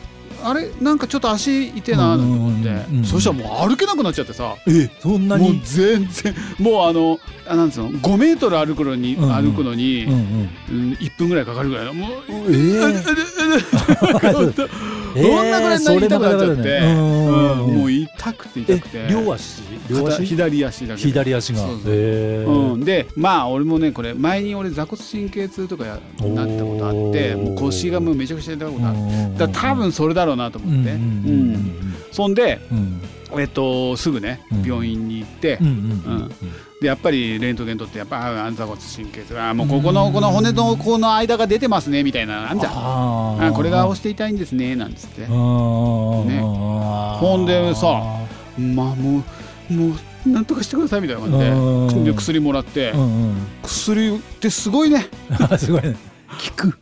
Speaker 1: あれなんかちょっと足痛えなーなんて思って、
Speaker 2: うんうんうんうん
Speaker 1: そしたらもう歩けなくなっちゃってさ
Speaker 2: えそんな
Speaker 1: もう
Speaker 2: に
Speaker 1: 全然もうあのあなんつうの5メートル歩くのに、
Speaker 2: うんうん
Speaker 1: 歩くのに、
Speaker 2: うんう
Speaker 1: う
Speaker 2: ん
Speaker 1: ん、1分ぐらいかかるぐらいのもう
Speaker 2: え
Speaker 1: あああ
Speaker 2: ー
Speaker 1: あ本当
Speaker 2: *laughs* え
Speaker 1: どんなぐらいになり痛くなっちゃって、
Speaker 2: それなかなかだねうん
Speaker 1: うんもう痛くて痛くて
Speaker 2: え両足両
Speaker 1: 片
Speaker 2: 足
Speaker 1: 左足だけ
Speaker 2: 左足が
Speaker 1: そうそう
Speaker 2: え
Speaker 1: うん、でまあ俺もねこれ前に俺座骨神経痛とかやなったことあって
Speaker 2: おー
Speaker 1: もう腰がもうめちゃくちゃ痛いことあって、だ
Speaker 2: だ
Speaker 1: から多分それだろうなと
Speaker 2: うんう
Speaker 1: 思
Speaker 2: ん
Speaker 1: って、うんそんで、
Speaker 2: うん
Speaker 1: えっと、すぐね
Speaker 2: うん
Speaker 1: 病院に行って、
Speaker 2: うんうんうんうん
Speaker 1: でやっぱりレントゲン取ってやっぱあ座骨神経痛あもうここのこの骨のこの間が出てますねみたいなのあんじゃん
Speaker 2: あー
Speaker 1: あこれが押して痛いんですねなんつって
Speaker 2: あー
Speaker 1: ねほんでさまあもうもうなんとかしてくださいみたいな感じ
Speaker 2: うん
Speaker 1: でで薬もらって
Speaker 2: うんうん
Speaker 1: 薬ってすごいね
Speaker 2: あすごいね聞く
Speaker 1: 効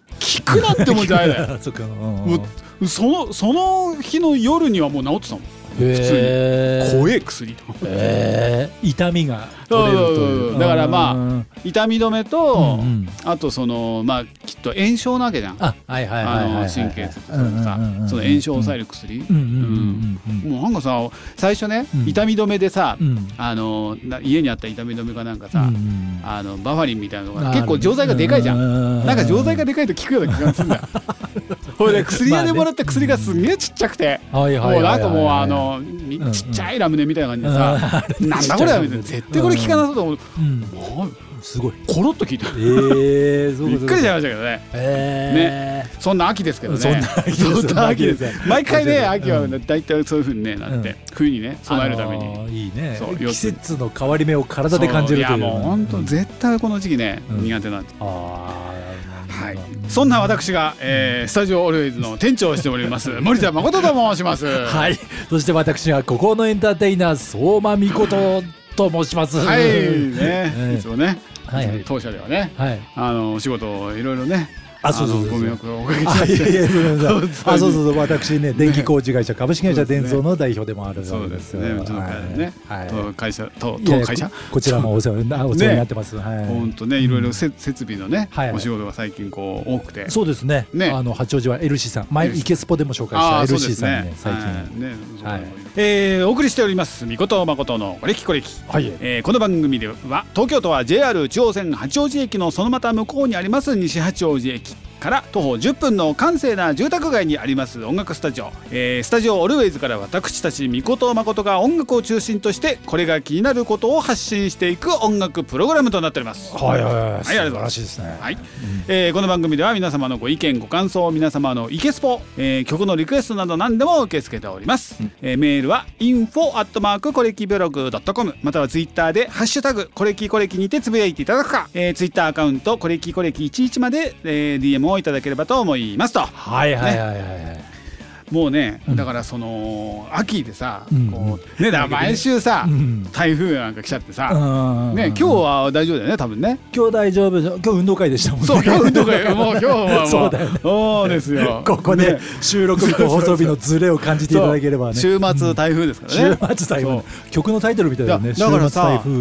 Speaker 1: くなってもんじゃないだよ
Speaker 2: そっか
Speaker 1: もうそのその日の夜にはもう治ってたもん怖え薬と
Speaker 2: えー痛みが取れると
Speaker 1: そうそうそ
Speaker 2: い
Speaker 1: う
Speaker 2: う
Speaker 1: だからまあ
Speaker 2: うん
Speaker 1: 痛み止めと
Speaker 2: うん
Speaker 1: あとそのまあきと炎症なわけじゃん
Speaker 2: あはいはいはい
Speaker 1: あ
Speaker 2: はいはい
Speaker 1: の神経質とかさその炎症を抑える薬
Speaker 2: うんうんうんうん
Speaker 1: もうなんかさ最初ね
Speaker 2: うん
Speaker 1: 痛み止めでさ
Speaker 2: うんうん
Speaker 1: あのな家にあった痛み止めかなんか
Speaker 2: う
Speaker 1: さ
Speaker 2: んうん
Speaker 1: あのバファリンみたいなの
Speaker 2: あ
Speaker 1: が
Speaker 2: る
Speaker 1: 結構錠剤がでかいじゃん
Speaker 2: ん
Speaker 1: なんか錠剤がでかいと効くような気がするん
Speaker 2: *laughs*
Speaker 1: だよほいで薬屋でもらった薬がすんげえちっちゃくて
Speaker 2: はいはい
Speaker 1: も
Speaker 2: は
Speaker 1: う
Speaker 2: いは
Speaker 1: ないんかもうあのみ
Speaker 2: うんうん
Speaker 1: ちっちゃいラムネみたいな感じでさ「なんだこれ」みたいな絶対これ効かなそうと思う
Speaker 2: うん
Speaker 1: もう
Speaker 2: すごい
Speaker 1: コロッと効いた
Speaker 2: えーそう
Speaker 1: び
Speaker 2: い
Speaker 1: っ
Speaker 2: うこと
Speaker 1: くりしちゃいましたけどね
Speaker 2: え
Speaker 1: そんな秋ですけどね。
Speaker 2: そんな秋です
Speaker 1: そんな秋です
Speaker 2: そんな秋です
Speaker 1: 毎回ね、秋は
Speaker 2: うん
Speaker 1: 大体そういうふうにね、なって、
Speaker 2: うん
Speaker 1: 冬にね、
Speaker 2: ー
Speaker 1: 備えるために。
Speaker 2: あのーいいね
Speaker 1: そう
Speaker 2: 季節の変わり目を体で感じると
Speaker 1: そ
Speaker 2: いうう
Speaker 1: やもう本当
Speaker 2: うん
Speaker 1: 絶対この時期ね、
Speaker 2: うん
Speaker 1: 苦手なんです、
Speaker 2: あーな
Speaker 1: は
Speaker 2: る
Speaker 1: い
Speaker 2: ほど、
Speaker 1: そんな私が、えースタジオオルウェイズの店長をしております森田誠と申しますい、
Speaker 2: はいそして私はここのエンターテイナー相馬美琴と申します
Speaker 1: はい
Speaker 2: うん
Speaker 1: ね、いつもね、
Speaker 2: はいはい
Speaker 1: 当社ではね
Speaker 2: はい
Speaker 1: あのお仕事をいろいろね
Speaker 2: あそうそうそう
Speaker 1: あのご迷惑をおかけしま
Speaker 2: あい
Speaker 1: し
Speaker 2: やい
Speaker 1: て
Speaker 2: やごめんな
Speaker 1: *laughs*
Speaker 2: さ
Speaker 1: 本当に
Speaker 2: いあそうそうそう私ね電気工事会社株式会
Speaker 1: そう
Speaker 2: 社
Speaker 1: ですね
Speaker 2: 電装の代表でもあるわ
Speaker 1: そう
Speaker 2: け
Speaker 1: で
Speaker 2: ですすよ
Speaker 1: ねうちの会社ね、
Speaker 2: はいはい
Speaker 1: 当会社当
Speaker 2: いやい
Speaker 1: 当
Speaker 2: や
Speaker 1: 会社
Speaker 2: ここちらもお世話にあお世話になってますは
Speaker 1: 本当ねいろいろせ設備のね、
Speaker 2: はいはい
Speaker 1: お仕事が最近こう多くて
Speaker 2: いそうですね
Speaker 1: ね
Speaker 2: あの八王子は LC さん前
Speaker 1: LC
Speaker 2: イケスポでも紹介
Speaker 1: ああ
Speaker 2: した
Speaker 1: そうで
Speaker 2: LC
Speaker 1: す
Speaker 2: さんにね
Speaker 1: ね
Speaker 2: 最近
Speaker 1: はいねそう
Speaker 2: はい
Speaker 1: えーお送りしております「みことまことのこれきこれき」
Speaker 2: はい
Speaker 1: えーこの番組では東京都は JR 中央線八王子駅のそのまた向こうにあります西八王子駅から徒歩10分の閑静な住宅街にあります音楽スタジオ、えースタジオオルウェイズから私たちみことまことが音楽を中心としてこれが気になることを発信していく音楽プログラムとなっております。
Speaker 2: はいはいはい
Speaker 1: い
Speaker 2: 素晴らしいですね
Speaker 1: はい、えーこの番組では皆様のご意見ご感想皆様のイケスポ、えー曲のリクエストなど何でも受け付けております、えーメールは info アットマークコレキブログドットコムまたはツイッターでハッシュタグコレキコレキにてつぶやいていただくか、えー、ツイッターアカウントコレキコレキ11まで、えー DM をいただければと思いますと
Speaker 2: はいはいはいはいはい
Speaker 1: もうね、だからその秋でさ、
Speaker 2: うん
Speaker 1: こうねだから毎週さ、
Speaker 2: うん
Speaker 1: 台風なんか来ちゃって
Speaker 2: う
Speaker 1: さ、
Speaker 2: ん
Speaker 1: ね今日は大丈夫だよね多分ね
Speaker 2: 今日大丈夫今日運動会でしたもんね
Speaker 1: そう今日運動会もう今日はもう
Speaker 2: そうだよね
Speaker 1: そうですよ
Speaker 2: ここで収録日と放送日のズレを感じていただければね。
Speaker 1: そう週末台風ですからね、
Speaker 2: 週末台
Speaker 1: そ
Speaker 2: 風
Speaker 1: う
Speaker 2: 曲のタイトルみたいだよ
Speaker 1: い
Speaker 2: ね。
Speaker 1: や
Speaker 2: 週
Speaker 1: だから
Speaker 2: 末
Speaker 1: さ
Speaker 2: 台風。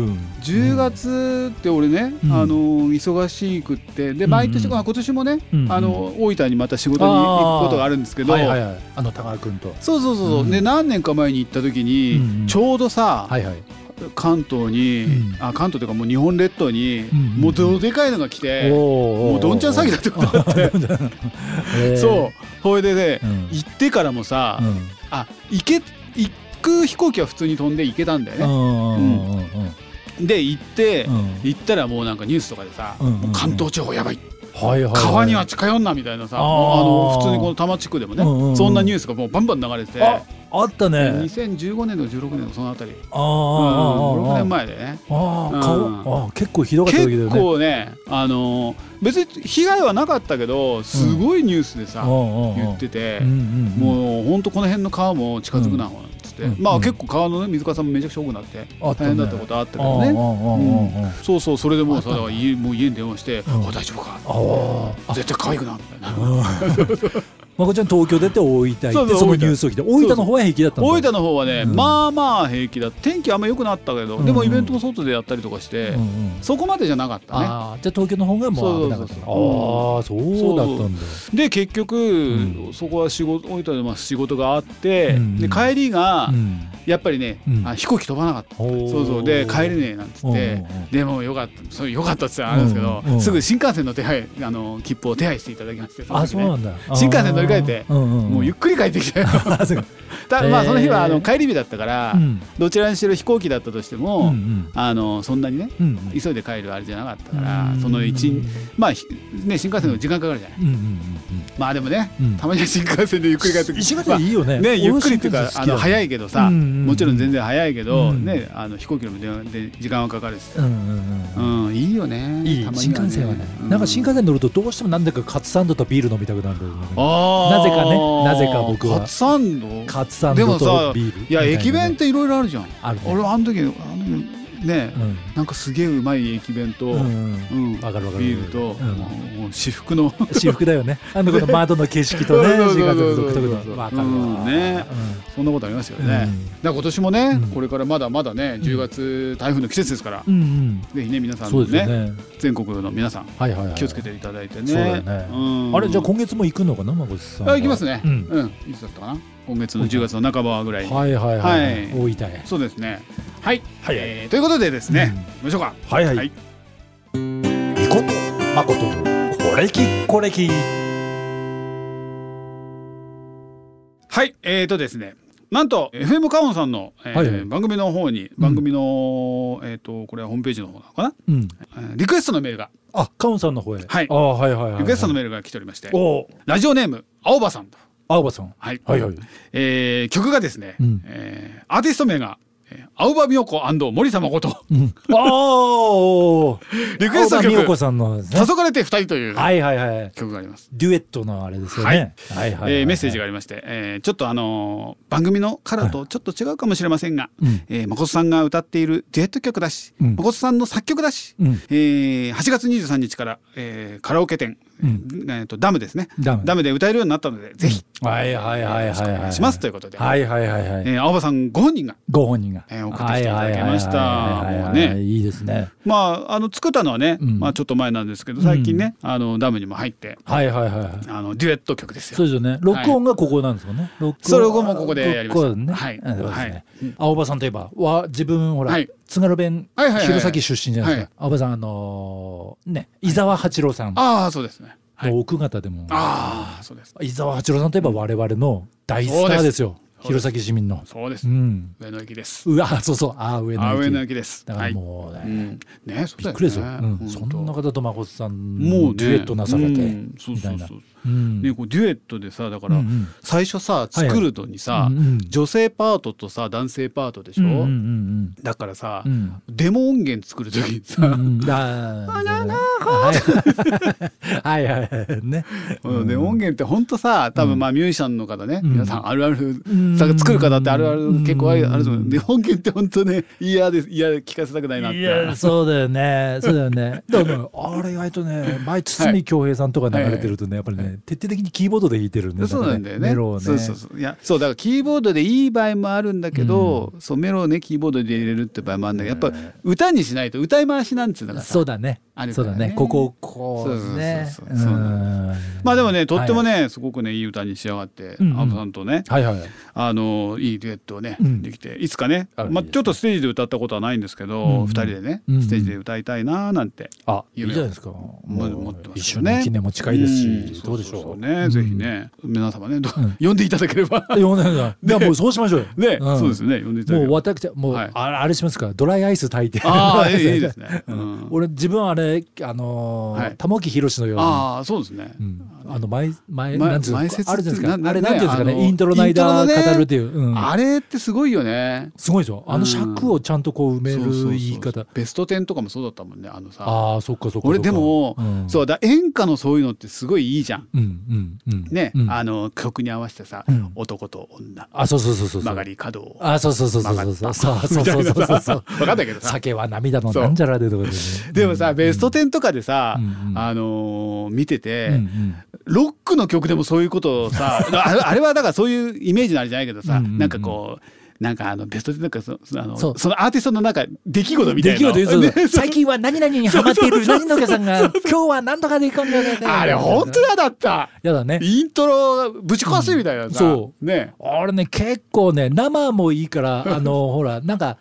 Speaker 1: 10月って俺ね、
Speaker 2: うん
Speaker 1: あの忙しくってで毎年、
Speaker 2: うんうん
Speaker 1: あ今年もね、
Speaker 2: うんうん
Speaker 1: あの大分にまた仕事に行くことがあるんですけど、
Speaker 2: はいはいはい。あの高川君と。
Speaker 1: そうそうそう、
Speaker 2: うん
Speaker 1: で何年か前に行った時に、
Speaker 2: うんうん
Speaker 1: ちょうどさ、
Speaker 2: はいはい。
Speaker 1: 関東に、
Speaker 2: うん
Speaker 1: あ関東というかもう日本列島に、
Speaker 2: うんうん
Speaker 1: もうどでかいのが来て、も
Speaker 2: も
Speaker 1: うどんちゃん詐欺だってことだ
Speaker 2: *laughs*
Speaker 1: って、そうほいでね、
Speaker 2: うん
Speaker 1: 行ってからもさ、
Speaker 2: うん。
Speaker 1: あ行け行く飛行機は普通に飛んで行けたんだよ
Speaker 2: う
Speaker 1: ね、
Speaker 2: んうんうんうん
Speaker 1: で行って、
Speaker 2: うん
Speaker 1: 行ったらもうなんかニュースとかでさ、
Speaker 2: うんうんうん
Speaker 1: もう関東地方やばい
Speaker 2: はいはいはい。
Speaker 1: 川には近寄んなみたいなさ
Speaker 2: あー
Speaker 1: もうあの普通にこの多摩地区でもね、
Speaker 2: うんうんうん
Speaker 1: そんなニュースがもうバンバン流れてて、
Speaker 2: ああったね。
Speaker 1: 2015年とか16年のそのあたり、う
Speaker 2: あ
Speaker 1: ん、6
Speaker 2: あああ
Speaker 1: 年
Speaker 2: ああ。
Speaker 1: 前でね
Speaker 2: ああ
Speaker 1: うん
Speaker 2: 川あ結構ひどかった時だよ
Speaker 1: 結
Speaker 2: ね。
Speaker 1: 構ねあの別に被害はなかったけどすごいニュースでさ、
Speaker 2: 構
Speaker 1: 言ってて、
Speaker 2: うんうんうん。
Speaker 1: もう本当この辺の川も近づくな、
Speaker 2: う
Speaker 1: ほらっつって、
Speaker 2: うん
Speaker 1: まあ
Speaker 2: うん
Speaker 1: 結構川のね水かさもめちゃくちゃ多くなって
Speaker 2: あ
Speaker 1: 大
Speaker 2: ったね
Speaker 1: 変だったことあったけ
Speaker 2: あああ
Speaker 1: ど
Speaker 2: ああ
Speaker 1: ね
Speaker 2: ああああ。
Speaker 1: そうそうそれでもうさ
Speaker 2: あっ
Speaker 1: だ
Speaker 2: た
Speaker 1: か
Speaker 2: んだ
Speaker 1: ら家もう家に電話して「
Speaker 2: うん
Speaker 1: あ大丈夫か?」
Speaker 2: ああ
Speaker 1: 絶対可愛くな」みたいな。
Speaker 2: まこちゃん東京出て大分行って
Speaker 1: そ
Speaker 2: そう
Speaker 1: そう
Speaker 2: の
Speaker 1: 大分
Speaker 2: ニュースを聞いて大分の方は平気だったんだ
Speaker 1: 大分の方はね、
Speaker 2: うん
Speaker 1: まあまあ平気だ天気あんま良くなったけど、
Speaker 2: うん
Speaker 1: でもイベントも外でやったりとかして、
Speaker 2: うんうん
Speaker 1: そこまでじゃなかったね
Speaker 2: ああじゃあ東京の方がもう危なかった
Speaker 1: そう
Speaker 2: ああー
Speaker 1: そ
Speaker 2: そうだったんだ
Speaker 1: で結局、
Speaker 2: うん
Speaker 1: そこは仕事大分でまあ仕事があって、
Speaker 2: うん
Speaker 1: で帰りが、
Speaker 2: うん
Speaker 1: やっぱりね、
Speaker 2: うん
Speaker 1: あ飛行機飛ばなかった
Speaker 2: おー
Speaker 1: そうそうで帰れねえなんつ
Speaker 2: お
Speaker 1: って
Speaker 2: ーおー
Speaker 1: でもよかったそうよかったっつったらあれですけど、
Speaker 2: うんうん
Speaker 1: すぐ新幹線の手配あの切符を手配していただきまして
Speaker 2: あそう
Speaker 1: の時ね
Speaker 2: なんだ
Speaker 1: 新幹線乗り換えても
Speaker 2: も
Speaker 1: うゆっくり帰ってきたよ
Speaker 2: あそうか
Speaker 1: ただまあその日はあの帰り日だったから、
Speaker 2: うん
Speaker 1: どちらにしろ飛行機だったとしても、
Speaker 2: うん
Speaker 1: あのそんなにね
Speaker 2: うんうんうん
Speaker 1: 急いで帰るあれじゃなかったから、
Speaker 2: うん
Speaker 1: その一日まあひね新幹線の時間かかるじゃない、
Speaker 2: うんうん
Speaker 1: まあでもね、
Speaker 2: うん
Speaker 1: たまには新幹線でゆっくり帰って
Speaker 2: うん
Speaker 1: く
Speaker 2: 石橋いいよ
Speaker 1: ま
Speaker 2: ね
Speaker 1: あねゆっくりっていうかあの早
Speaker 2: い
Speaker 1: いけどさ、
Speaker 2: うんうん
Speaker 1: もちろん全然早いけど、
Speaker 2: うん
Speaker 1: ねあの飛行機のでで時間はかかるし、
Speaker 2: うんうん
Speaker 1: う
Speaker 2: うん
Speaker 1: んいいよね
Speaker 2: いい
Speaker 1: たまに
Speaker 2: 新幹線はねなんか新幹線乗るとどうしてもなんだかカツサンドとビール飲みたくなるんだよね
Speaker 1: あー
Speaker 2: なぜかねなぜか僕は
Speaker 1: カツサンド
Speaker 2: カツサン
Speaker 1: で
Speaker 2: ド
Speaker 1: も
Speaker 2: と
Speaker 1: さ
Speaker 2: ビール
Speaker 1: いや駅弁っていろいろあるじゃん
Speaker 2: あるね
Speaker 1: 俺はあの時あの時ね、
Speaker 2: うん
Speaker 1: なんかすげえうまい駅弁と、う
Speaker 2: うんんわかるわかる
Speaker 1: ビールと、
Speaker 2: うん
Speaker 1: もう私服の
Speaker 2: 私服だよねあのこの窓の景色とね
Speaker 1: そうそうそう
Speaker 2: 新幹線の
Speaker 1: そうそ
Speaker 2: 独
Speaker 1: う
Speaker 2: 特のわかる
Speaker 1: うん
Speaker 2: わ
Speaker 1: ね
Speaker 2: うん
Speaker 1: そんなことありますよね。
Speaker 2: うん
Speaker 1: だから今年もね、
Speaker 2: うん
Speaker 1: これからまだまだね10月台風の季節ですから、
Speaker 2: うんうん
Speaker 1: ぜひね皆さん
Speaker 2: そう
Speaker 1: ね
Speaker 2: ですよね
Speaker 1: 全国の皆さん
Speaker 2: はいはいはい
Speaker 1: 気をつけていただいてね。
Speaker 2: そうだよね
Speaker 1: うん
Speaker 2: あれじゃあ今月も行くのかな孫さんは
Speaker 1: あ行きますね。
Speaker 2: う
Speaker 1: うんん、いつだったかな。今月の10月の半ばぐらいに。
Speaker 2: はいはいはい
Speaker 1: はい
Speaker 2: 大分へ
Speaker 1: そうですね。はい。
Speaker 2: はいはい
Speaker 1: えーということでですね。行きましょうか。
Speaker 2: はいはい
Speaker 1: はい
Speaker 2: みことまことこれきこれき
Speaker 1: はい。えーとですね。なんと FM カオンさんの、えー
Speaker 2: はいはい
Speaker 1: 番組の方に番組の、えーとこれはホームページの方なのかな、
Speaker 2: うん
Speaker 1: えーリクエストのメールが
Speaker 2: あカウンさんの方へ
Speaker 1: はい
Speaker 2: あはいはいはいはい
Speaker 1: リクエストのメールが来ておりまして、
Speaker 2: お
Speaker 1: ラジオネーム青葉さんと
Speaker 2: 青葉さん
Speaker 1: はい、
Speaker 2: はいはい
Speaker 1: えー曲がですね、
Speaker 2: うん
Speaker 1: えーアーティスト名がえー青葉美代子森様こと
Speaker 2: うんああ
Speaker 1: リクエスト
Speaker 2: 美代子
Speaker 1: 曲
Speaker 2: さんのね
Speaker 1: 「黄昏れて二人」という
Speaker 2: はいはいはい
Speaker 1: 曲があります。
Speaker 2: デュエットのあれですよねはいはいはい
Speaker 1: えーメッセージがありまして、えーちょっとあのー番組のカラーとちょっと違うかもしれませんが、
Speaker 2: うん
Speaker 1: えー誠さんが歌っているデュエット曲だし、
Speaker 2: うん
Speaker 1: 誠さんの作曲だし、
Speaker 2: うん
Speaker 1: えー8月23日から、えーカラオケ店、
Speaker 2: うん
Speaker 1: えーとダムですね
Speaker 2: ダム
Speaker 1: で歌えるようになったのでぜひ、
Speaker 2: はいはいはいはい
Speaker 1: お
Speaker 2: は
Speaker 1: 願い
Speaker 2: い
Speaker 1: しますということで、
Speaker 2: はいはいはいはい
Speaker 1: えー青葉さんご本人が
Speaker 2: ご本人が、
Speaker 1: えー送ってきていただきました
Speaker 2: はいはいはいはいはい
Speaker 1: もうね
Speaker 2: いいですね。
Speaker 1: まああの作ったのはね、
Speaker 2: うん
Speaker 1: まあ、ちょっと前なんですけど最近ね、あのダムにも入って
Speaker 2: はいはいはいはい。
Speaker 1: あのデュエット曲ですよ
Speaker 2: そうですよね。録音がここなんですよね。録音
Speaker 1: そう録音もここでやりました
Speaker 2: ここね
Speaker 1: はい
Speaker 2: うんそうですね
Speaker 1: はい
Speaker 2: 青葉さんといえば、わ自分ほら、
Speaker 1: はい
Speaker 2: 津軽弁、
Speaker 1: はいはいはいはい
Speaker 2: 弘前出身じゃないですか。青葉さんあのーね伊沢八郎さんの
Speaker 1: ああそうですねはい
Speaker 2: 奥方でも、
Speaker 1: ああそうです
Speaker 2: 伊沢八郎さんといえば我々の大スターですよ。
Speaker 1: そうです
Speaker 2: 弘前市民の。
Speaker 1: そうです、
Speaker 2: うん。
Speaker 1: 上野駅です
Speaker 2: うわそうそうあー上
Speaker 1: あ
Speaker 2: 野
Speaker 1: 上
Speaker 2: 駅
Speaker 1: 野駅です
Speaker 2: だからもうね、
Speaker 1: はいうん、ねそう
Speaker 2: び
Speaker 1: だよね
Speaker 2: っくりですよ、うん、そ
Speaker 1: 本当
Speaker 2: んな方とまこさん
Speaker 1: もう
Speaker 2: も
Speaker 1: ね
Speaker 2: デュエットなされて、
Speaker 1: うんそうそう
Speaker 2: みたい
Speaker 1: そう
Speaker 2: うん
Speaker 1: ねこうデュエットでさだから、
Speaker 2: うんうん
Speaker 1: 最初さ
Speaker 2: いはい
Speaker 1: 作るのにさ、
Speaker 2: うんうん
Speaker 1: 女性パートとさ男性パートでしょ、
Speaker 2: うんうんうん
Speaker 1: だからさ、
Speaker 2: うん
Speaker 1: デモ音源作る時にさ、
Speaker 2: *laughs* うんだあななはいはいはいね
Speaker 1: *laughs* うん、で音源って本当さ多分まあミュージシャンの方ね、
Speaker 2: うん
Speaker 1: 皆さんあるある、
Speaker 2: ん
Speaker 1: さ作る方ってあるある結構ある
Speaker 2: うん
Speaker 1: あると思う、で音源って本当ね嫌です嫌で聞かせたくないなって
Speaker 2: いやそうだよねそうだよねでもあれ意外とね前堤恭平さんとか流れてるとねやっぱりね徹底的にキーボードで弾いてるんで
Speaker 1: そうなんだよね
Speaker 2: メロをね
Speaker 1: そうそうそういやそうだからキーボードでいい場合もあるんだけど、そうメロをねキーボードで入れるって場合もあるんだけどやっぱ歌にしないと歌い回しなんつうのがさ
Speaker 2: そうだね
Speaker 1: あるか
Speaker 2: そう
Speaker 1: ら
Speaker 2: だ
Speaker 1: ね
Speaker 2: ねこここうね
Speaker 1: そうそうそうそうそうなん
Speaker 2: うん
Speaker 1: まあでもねとってもね、すごくねいい歌に仕上がって、
Speaker 2: うんうん
Speaker 1: アブさんとね
Speaker 2: はいはいはい
Speaker 1: あのいいデュエットをね、
Speaker 2: うん
Speaker 1: できていつかね
Speaker 2: あいいです
Speaker 1: まあ、
Speaker 2: ね
Speaker 1: ちょっとステージで歌ったことはないんですけど、
Speaker 2: うんうん
Speaker 1: 2人でね、
Speaker 2: うんうん
Speaker 1: ステージで歌いたいなーなんて
Speaker 2: あ、いい
Speaker 1: 夢を
Speaker 2: じゃないですか。も
Speaker 1: 持って
Speaker 2: う
Speaker 1: ます
Speaker 2: 一緒
Speaker 1: よね
Speaker 2: に記念も近いです
Speaker 1: ん
Speaker 2: し、どうでしょ。
Speaker 1: そうそそね、ぜひね皆様ねどう呼んでいただけれ
Speaker 2: *laughs*
Speaker 1: ば *laughs*
Speaker 2: いや。呼んでないいやもうそうしましょうよ。
Speaker 1: ね、
Speaker 2: うん
Speaker 1: そうですね呼んでいただけ
Speaker 2: も
Speaker 1: れ
Speaker 2: う
Speaker 1: ば
Speaker 2: 私もう
Speaker 1: はい
Speaker 2: あれあれしますからドライアイス炊いて。
Speaker 1: あ
Speaker 2: *laughs*
Speaker 1: あいいいいですね、うん
Speaker 2: 俺自分はあれあのー
Speaker 1: はい
Speaker 2: 玉木宏のように。
Speaker 1: ああそうですね、
Speaker 2: うんあの前前
Speaker 1: ま
Speaker 2: なんつうのあ
Speaker 1: 前
Speaker 2: る
Speaker 1: 説
Speaker 2: じゃないです
Speaker 1: ってな
Speaker 2: か
Speaker 1: な
Speaker 2: あれなんていうんですか
Speaker 1: ねあの
Speaker 2: ねイントロの間
Speaker 1: イントロのね
Speaker 2: 語るっていううん
Speaker 1: あれってすごいよね
Speaker 2: すごいでしょあの尺をちゃんとこう埋め
Speaker 1: そうそうそう
Speaker 2: る言い方
Speaker 1: ベスト10とかもそうだったもんねあのさ
Speaker 2: ああそっかそっか
Speaker 1: 俺でも、そううだ演歌のそういうのってすごいいいじゃん
Speaker 2: うんうんうん
Speaker 1: ね、
Speaker 2: うん
Speaker 1: あの曲に合わせてさ、
Speaker 2: うん
Speaker 1: 男と女
Speaker 2: あそうそうそうそうそ
Speaker 1: 曲
Speaker 2: う
Speaker 1: がり角を
Speaker 2: あ、そうそうそうそうそうそうそうそうそ
Speaker 1: *laughs*
Speaker 2: うそうそうそう。
Speaker 1: 分かんないけどさ
Speaker 2: 酒は涙のなんじゃらでとかでね。
Speaker 1: でもさベスト10とかでさ、
Speaker 2: うんうん
Speaker 1: あのー見てて、
Speaker 2: うんうん
Speaker 1: ロックの曲でもそういうことを
Speaker 2: *laughs*
Speaker 1: さあれあれはだからそういうイメージのあれじゃないけどさ、
Speaker 2: うんうんうん
Speaker 1: なんかこうなんかあのベスト10とかそそあの
Speaker 2: そう
Speaker 1: そのアーティストのなんか出来事みたいな
Speaker 2: できるというそうそ
Speaker 1: *laughs*
Speaker 2: う
Speaker 1: ね
Speaker 2: 最近は何々にハマっている何々さんが今日は何とかで行こんだよね。
Speaker 1: あれ本当やだった
Speaker 2: やだね。
Speaker 1: イントロぶち壊すみたいなさ、
Speaker 2: うんそう
Speaker 1: ね
Speaker 2: あれね結構ね生もいいからあのほらなんか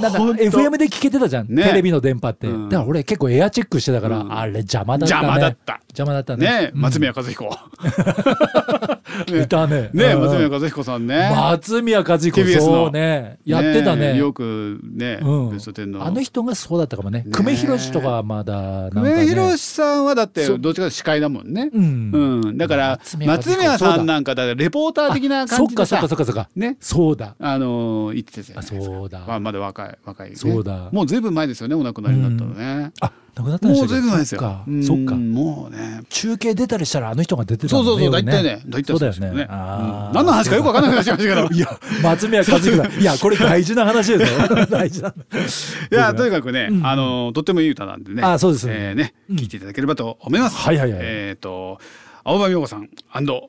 Speaker 2: なんか
Speaker 1: ほんと
Speaker 2: FM で聞けてたじゃん、
Speaker 1: ね
Speaker 2: テレビの電波って、
Speaker 1: うん
Speaker 2: だから俺結構エアチェックしてたから、
Speaker 1: うん
Speaker 2: あれ邪魔だったね
Speaker 1: 邪魔だった
Speaker 2: 邪魔だったね
Speaker 1: ね
Speaker 2: うん
Speaker 1: 松宮和彦ね
Speaker 2: *laughs* いたね
Speaker 1: ね
Speaker 2: うん
Speaker 1: 松宮和彦さんね、
Speaker 2: 松宮和彦
Speaker 1: TBS の
Speaker 2: そうねやってたね
Speaker 1: よくね、
Speaker 2: うん
Speaker 1: ベスト10の
Speaker 2: あの人がそうだったかもね
Speaker 1: ね
Speaker 2: 久米宏とかはまだなん
Speaker 1: 久
Speaker 2: か、ね、
Speaker 1: 米宏さんはだって
Speaker 2: そう
Speaker 1: どっちかというと司会だもんね
Speaker 2: う、ん、
Speaker 1: うん、だから
Speaker 2: 松宮和彦
Speaker 1: 松宮さんなんかだからレポーター的な
Speaker 2: そ
Speaker 1: 感
Speaker 2: っ
Speaker 1: じ
Speaker 2: か
Speaker 1: で
Speaker 2: そっ
Speaker 1: さ
Speaker 2: かそっかそっか
Speaker 1: ね
Speaker 2: そうだ
Speaker 1: あのー言ってたじゃないですか
Speaker 2: あそうだ
Speaker 1: まあ、まだ若い若い、ね、
Speaker 2: そうだ
Speaker 1: もうずいぶん前ですよねお亡くなりになったのね、
Speaker 2: あなくなったん
Speaker 1: も
Speaker 2: で
Speaker 1: う
Speaker 2: した
Speaker 1: 全
Speaker 2: っ
Speaker 1: 然
Speaker 2: け
Speaker 1: ないですよ
Speaker 2: そっか
Speaker 1: うん
Speaker 2: そっか
Speaker 1: もうね
Speaker 2: 中継出たりしたらあの人が出てた
Speaker 1: そ
Speaker 2: も
Speaker 1: うんそうそう、
Speaker 2: 夜
Speaker 1: 大体ね、大体
Speaker 2: そうだ
Speaker 1: です
Speaker 2: よね
Speaker 1: うん
Speaker 2: あー
Speaker 1: 何の話かよくわからなくなっちゃいました
Speaker 2: *laughs*
Speaker 1: けど。
Speaker 2: いや松宮和之だ
Speaker 1: *laughs*
Speaker 2: いやこれ大事な話ですよ大事な話
Speaker 1: いやとにかくね、
Speaker 2: うん
Speaker 1: あのとってもいい歌なんでね。
Speaker 2: あそうです
Speaker 1: えーね、
Speaker 2: うん
Speaker 1: 聞いていただければと思います。
Speaker 2: はいはいはい
Speaker 1: えっ、と青葉美穂子さん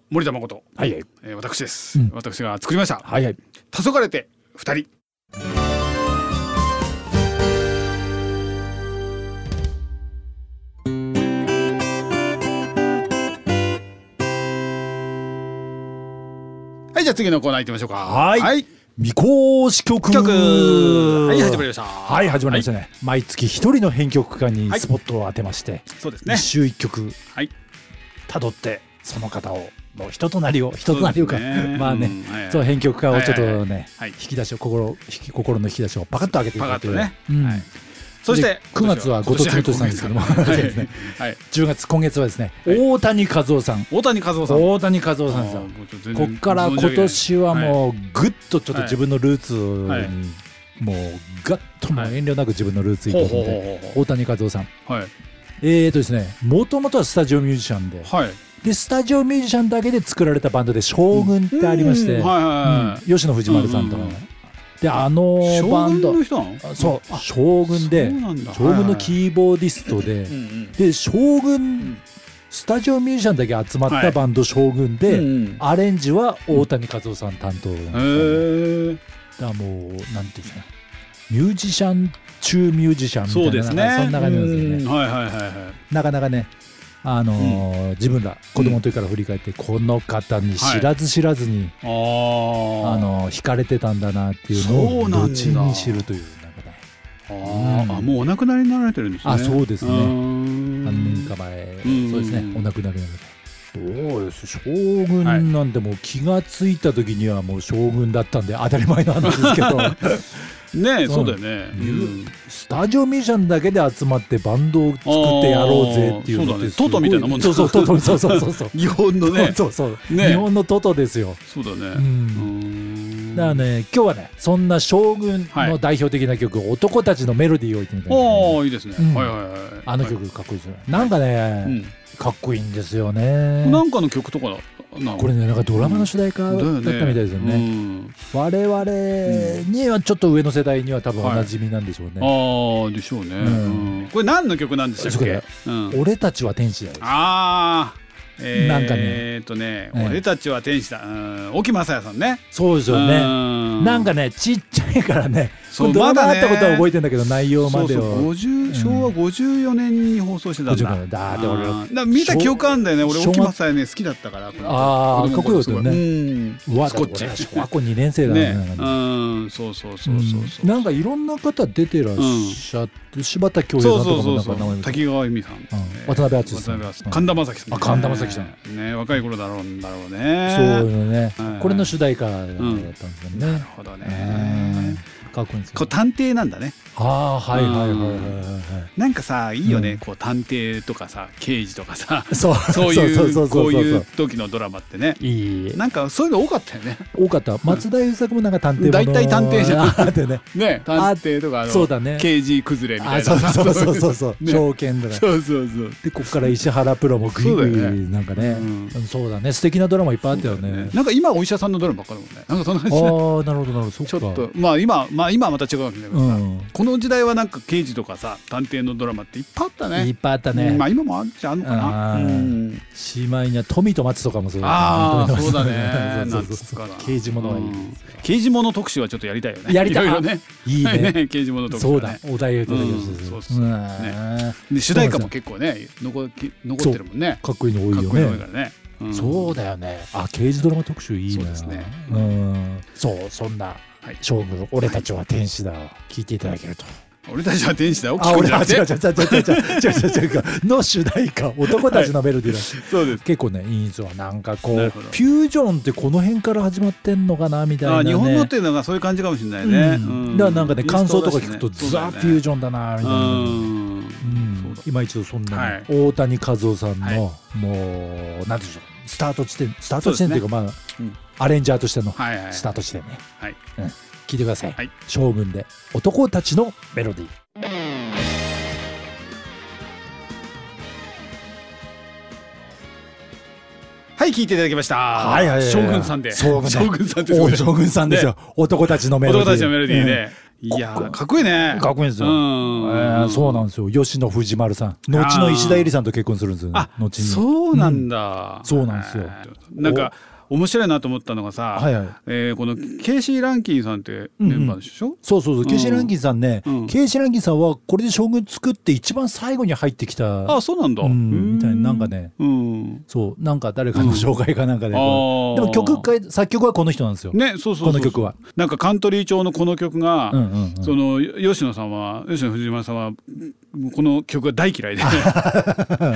Speaker 1: 森田誠。
Speaker 2: はいはい
Speaker 1: えー私です、
Speaker 2: うん
Speaker 1: 私が作りました。
Speaker 2: はいはい
Speaker 1: 黄昏て二人。はいじゃあ次のコーナー行ってみましょうか。
Speaker 2: はい
Speaker 1: はい。
Speaker 2: 未公式曲
Speaker 1: 曲はい始まりました。
Speaker 2: はい始まりましたね、毎月一人の編曲家に
Speaker 1: はい
Speaker 2: スポットを当てまして、
Speaker 1: そうです
Speaker 2: 一
Speaker 1: ね。
Speaker 2: 週一曲
Speaker 1: はい。
Speaker 2: たどってその方をの人となりを人となりをか、
Speaker 1: そうですね
Speaker 2: まあね、
Speaker 1: うんはいはい
Speaker 2: そう編曲家をちょっとね、
Speaker 1: はいはいはいはい
Speaker 2: 引き出しを心を引き心の引き出しをパカッと開けていただいて
Speaker 1: パカッ
Speaker 2: うん
Speaker 1: はいそして
Speaker 2: で9月は後藤剛さんですけども
Speaker 1: 今年は
Speaker 2: そうですね
Speaker 1: はいはい
Speaker 2: 10月今月はですね、
Speaker 1: はい
Speaker 2: 大谷和夫さん
Speaker 1: 大谷和夫さん。
Speaker 2: 大谷和夫さんですよ
Speaker 1: さ
Speaker 2: こっから今年はもうぐっとちょっと自分のルーツ
Speaker 1: はい
Speaker 2: にもうガッともう遠慮なく自分のルーツいこ
Speaker 1: ほうほ
Speaker 2: うと
Speaker 1: う
Speaker 2: 思っ
Speaker 1: ほ
Speaker 2: て
Speaker 1: うほ
Speaker 2: 大谷和夫さん
Speaker 1: う。はい
Speaker 2: えーとですねもともとはスタジオミュージシャンで
Speaker 1: はい。
Speaker 2: でスタジオミュージシャンだけで作られたバンドで「将軍」ってありまして、
Speaker 1: うんはいは
Speaker 2: うん吉野藤丸さんとか
Speaker 1: うんうん
Speaker 2: の
Speaker 1: うん
Speaker 2: であの
Speaker 1: いはい。
Speaker 2: バンド
Speaker 1: の人なの
Speaker 2: あそう将軍で
Speaker 1: そうなんだ
Speaker 2: 将軍のキーボーディストで、
Speaker 1: うんうん
Speaker 2: で将軍
Speaker 1: ん
Speaker 2: スタジオミュージシャンだけ集まっ
Speaker 1: はい
Speaker 2: たバンド「将軍で」
Speaker 1: うんうん
Speaker 2: アレンジは大谷和夫さん担当なんです
Speaker 1: へ
Speaker 2: よ
Speaker 1: ー
Speaker 2: ねだからもうなんていうんですかミュージシャン中ミュージシャンみたい
Speaker 1: そうで
Speaker 2: な
Speaker 1: す
Speaker 2: なん
Speaker 1: ね。
Speaker 2: かそんな感じなんですよね
Speaker 1: うんはいはいはいはい。
Speaker 2: なかなかね、あのー自分ら子供の時から振り返って、この方に知らず知らずに、
Speaker 1: あー
Speaker 2: あのー惹かれてたんだなっていうの
Speaker 1: そう
Speaker 2: を
Speaker 1: なんだ
Speaker 2: 後に知るというなんかね
Speaker 1: あー
Speaker 2: うん
Speaker 1: あもうお亡くなりになられてるんですね。
Speaker 2: あそうですね
Speaker 1: うーん
Speaker 2: 何年か前、
Speaker 1: ん
Speaker 2: そうですねお亡くなりになるそうです将軍なんでもう気がついた時にはもう将軍だったんで当たり前の話ですけど
Speaker 1: *laughs* ねえ
Speaker 2: うん
Speaker 1: そうだよね。
Speaker 2: うんスタジオミュージシャンだけで集まってバンドを作ってやろうぜっていうの
Speaker 1: あーそう
Speaker 2: っ
Speaker 1: だねト
Speaker 2: てすご
Speaker 1: トみたいなもんだ
Speaker 2: そうそうトトそうそうそうそう
Speaker 1: 日本のね。
Speaker 2: そうそう、
Speaker 1: ね
Speaker 2: 日本のトトですよ。
Speaker 1: そうだ
Speaker 2: う
Speaker 1: ね。うんん
Speaker 2: だからね今日はねそんな将軍の代表的な曲「男たちのメロディー」を置いてみたいな、
Speaker 1: おーいいですね、
Speaker 2: うん
Speaker 1: はいはいはい
Speaker 2: あの曲かっこいいですよ、なんかね、
Speaker 1: はい
Speaker 2: かっこいいんですよ
Speaker 1: うん、な
Speaker 2: ね
Speaker 1: んかの曲とかだな
Speaker 2: これねなんかドラマの主題歌だ
Speaker 1: だ
Speaker 2: った
Speaker 1: よ
Speaker 2: みたいですよね
Speaker 1: うん
Speaker 2: 我々にはちょっと上の世代には多分おなじみなんでしょうね、
Speaker 1: ああでしょうね、
Speaker 2: ん
Speaker 1: うんこれ何の曲なんでしたっ
Speaker 2: そう
Speaker 1: け
Speaker 2: だ、
Speaker 1: うん、
Speaker 2: 俺たちは天使だよ
Speaker 1: あーえー、
Speaker 2: なんかね
Speaker 1: えーっとね、
Speaker 2: ええ
Speaker 1: 俺たちは天使だ、うん、沖正也さんね
Speaker 2: そうですよ
Speaker 1: う
Speaker 2: ね
Speaker 1: ん
Speaker 2: なんかねちっちゃいからね
Speaker 1: *laughs* そ
Speaker 2: こ
Speaker 1: う
Speaker 2: れドラマ
Speaker 1: まだ
Speaker 2: あっ
Speaker 1: ね
Speaker 2: たことは覚えてんだけど内容まで
Speaker 1: そう
Speaker 2: を
Speaker 1: そう50昭和54年に放送してたんだ、
Speaker 2: 50だで
Speaker 1: あ
Speaker 2: 俺
Speaker 1: ーだから見た記憶あんだよね俺
Speaker 2: 昭和
Speaker 1: 沖正也ね好きだったから
Speaker 2: あ
Speaker 1: 子
Speaker 2: ー
Speaker 1: 供の頃すご
Speaker 2: かっこよかった
Speaker 1: う
Speaker 2: よ
Speaker 1: ん
Speaker 2: うわ
Speaker 1: スコッチ
Speaker 2: だって俺小学校2年生だ
Speaker 1: ね
Speaker 2: ねなんかね
Speaker 1: うんそうそうそうそうそう、
Speaker 2: なんかいろんな方出てらっしゃって柴田恭
Speaker 1: そ
Speaker 2: 平さ
Speaker 1: うん
Speaker 2: と
Speaker 1: そう
Speaker 2: かも
Speaker 1: そう
Speaker 2: な
Speaker 1: そう
Speaker 2: んか名前見た
Speaker 1: 滝川由美さん、えー
Speaker 2: 渡辺篤
Speaker 1: 渡
Speaker 2: さん
Speaker 1: 辺篤さん神田正輝さん、
Speaker 2: あ神田正輝さ
Speaker 1: んね若い頃だろうだろう
Speaker 2: そう
Speaker 1: ね
Speaker 2: よね
Speaker 1: うん
Speaker 2: これの主題歌だったんですよ
Speaker 1: なる
Speaker 2: ね
Speaker 1: ほど
Speaker 2: うん
Speaker 1: ね
Speaker 2: かっこいいんです
Speaker 1: こ
Speaker 2: よ
Speaker 1: う探偵なんだね
Speaker 2: ああはいはいはいはいはいは
Speaker 1: なんかさいいよね、
Speaker 2: うん
Speaker 1: こう探偵とか
Speaker 2: *laughs*
Speaker 1: さ刑事とかさ
Speaker 2: いそう
Speaker 1: そういう
Speaker 2: そうそう
Speaker 1: こ
Speaker 2: そうう
Speaker 1: い
Speaker 2: そう
Speaker 1: 時のドラマってね
Speaker 2: ういい
Speaker 1: なんかそういうの多かったよ
Speaker 2: *laughs*
Speaker 1: ね
Speaker 2: 多かった松田優作もなんか探偵もの
Speaker 1: 大体探偵じゃん
Speaker 2: あーってね
Speaker 1: ね探偵とかあの
Speaker 2: そうだね
Speaker 1: 刑事崩れみた
Speaker 2: あ
Speaker 1: いな
Speaker 2: そう
Speaker 1: さ
Speaker 2: そうそうそうそう
Speaker 1: ね
Speaker 2: 証券と
Speaker 1: *laughs*
Speaker 2: か
Speaker 1: そうそうそう
Speaker 2: でここから石原プロもグイグ
Speaker 1: そうだよね
Speaker 2: イなんかね
Speaker 1: うん
Speaker 2: うんそうだね素敵なドラマいっぱいあったよね
Speaker 1: なんか今お医者さんのドラマばっかだもんねなんかその
Speaker 2: ああ
Speaker 1: 話
Speaker 2: な
Speaker 1: ね
Speaker 2: るほどなるほどそっ
Speaker 1: ちょ
Speaker 2: か
Speaker 1: っとまあ今まあ今はまた違うわけだけどさ、
Speaker 2: うん
Speaker 1: この時代はなんか刑事とかさ探偵のドラマっていっぱいあったね
Speaker 2: いっぱいあったね
Speaker 1: うんまあ今もあるっちゃあるのかな、
Speaker 2: あー
Speaker 1: うん
Speaker 2: しまいには富と松とかもそうだね
Speaker 1: ああ
Speaker 2: 富
Speaker 1: そう
Speaker 2: と松
Speaker 1: だね
Speaker 2: *laughs* そうそうそう
Speaker 1: 懐かしい
Speaker 2: 刑事ものはいいですよ
Speaker 1: うん刑事もの特集はちょっとやりたいよね
Speaker 2: やりたい
Speaker 1: いろいろね
Speaker 2: いい
Speaker 1: はい
Speaker 2: ね
Speaker 1: *laughs* ね刑事もの特集、ね、
Speaker 2: そうだお題をいただきました
Speaker 1: うんそうそう
Speaker 2: うん
Speaker 1: で主題歌も結構ね残き残ってるもんね
Speaker 2: かっこいいの
Speaker 1: か
Speaker 2: 多
Speaker 1: っ
Speaker 2: い
Speaker 1: こいい
Speaker 2: よ
Speaker 1: の多いか
Speaker 2: ね
Speaker 1: らね、うん
Speaker 2: そうだよねあ刑事ドラマ特集いい
Speaker 1: そ
Speaker 2: な
Speaker 1: うですね
Speaker 2: うんそうそんな
Speaker 1: はい
Speaker 2: 将軍俺たちは天使だを聞いていただけると
Speaker 1: 俺たちは天使だよ
Speaker 2: あ、
Speaker 1: 聞くん
Speaker 2: 俺
Speaker 1: じゃ
Speaker 2: は
Speaker 1: なく
Speaker 2: 違う違う違う
Speaker 1: て *laughs*
Speaker 2: 違う違う違う違う違うの主題歌男たちのメロディーだ、
Speaker 1: そうです
Speaker 2: 結構ねいいんですよなんかこう
Speaker 1: なる
Speaker 2: フ
Speaker 1: ほど
Speaker 2: ュージョンってこの辺から始まってんのかなみたい
Speaker 1: あ
Speaker 2: な、ね、
Speaker 1: 日本のっていうのがそういう感じかもしれないうね、
Speaker 2: ん
Speaker 1: う
Speaker 2: だからなんかね感想とか聞くと、
Speaker 1: インスト
Speaker 2: ザ・
Speaker 1: だし
Speaker 2: フ
Speaker 1: ね
Speaker 2: ュージョンだなみたいな、
Speaker 1: うん
Speaker 2: うん
Speaker 1: そう
Speaker 2: 今一度そんな、
Speaker 1: はい
Speaker 2: 大谷和夫さんの、
Speaker 1: はい
Speaker 2: もうなんていうんでしょうスタート地点スタート地点っていうかまあ
Speaker 1: うん
Speaker 2: アレンジャーとしての
Speaker 1: だはいはい
Speaker 2: スタート地点ね、
Speaker 1: はい
Speaker 2: うん、聞いてください、
Speaker 1: はい
Speaker 2: 将軍で男たちのメロディー
Speaker 1: はい聞いていただきました
Speaker 2: はいはいはいはい
Speaker 1: 将軍さんで
Speaker 2: 将軍
Speaker 1: さんです
Speaker 2: お将軍さんですよ。男たちのメロディー。
Speaker 1: 男たちのメロディー
Speaker 2: え
Speaker 1: で、いやーかっこいいね
Speaker 2: え。かっこいいんですよ。え
Speaker 1: うん
Speaker 2: えそうなんですよ。吉野藤丸さん。後の石田絵里さんと結婚するんですよね。
Speaker 1: あ
Speaker 2: 後に。
Speaker 1: そうなんだ、
Speaker 2: そうなんですよ
Speaker 1: なんか面白いなと思ったのがさ、
Speaker 2: はいはい
Speaker 1: えーこのケイシー・ランキンさんってメンバーでしょ、
Speaker 2: そうそうそう。ケイシー・ランキンさんね
Speaker 1: うん。
Speaker 2: ケイシー・ランキンさんはこれで将軍作って一番最後に入ってきた
Speaker 1: あ。そうなんだ、
Speaker 2: うんみたいななんかね
Speaker 1: うん
Speaker 2: そう。なんか誰かの紹介かなんかで。
Speaker 1: あー
Speaker 2: でも曲か、作曲はこの人なんですよ。
Speaker 1: ねそうそうそうそう
Speaker 2: この曲は
Speaker 1: なんかカントリー調のこの曲が、
Speaker 2: うん
Speaker 1: *laughs*
Speaker 2: うんうん
Speaker 1: その吉野さんは吉野藤丸さんはこの曲が大嫌い
Speaker 2: *laughs*
Speaker 1: で
Speaker 2: そう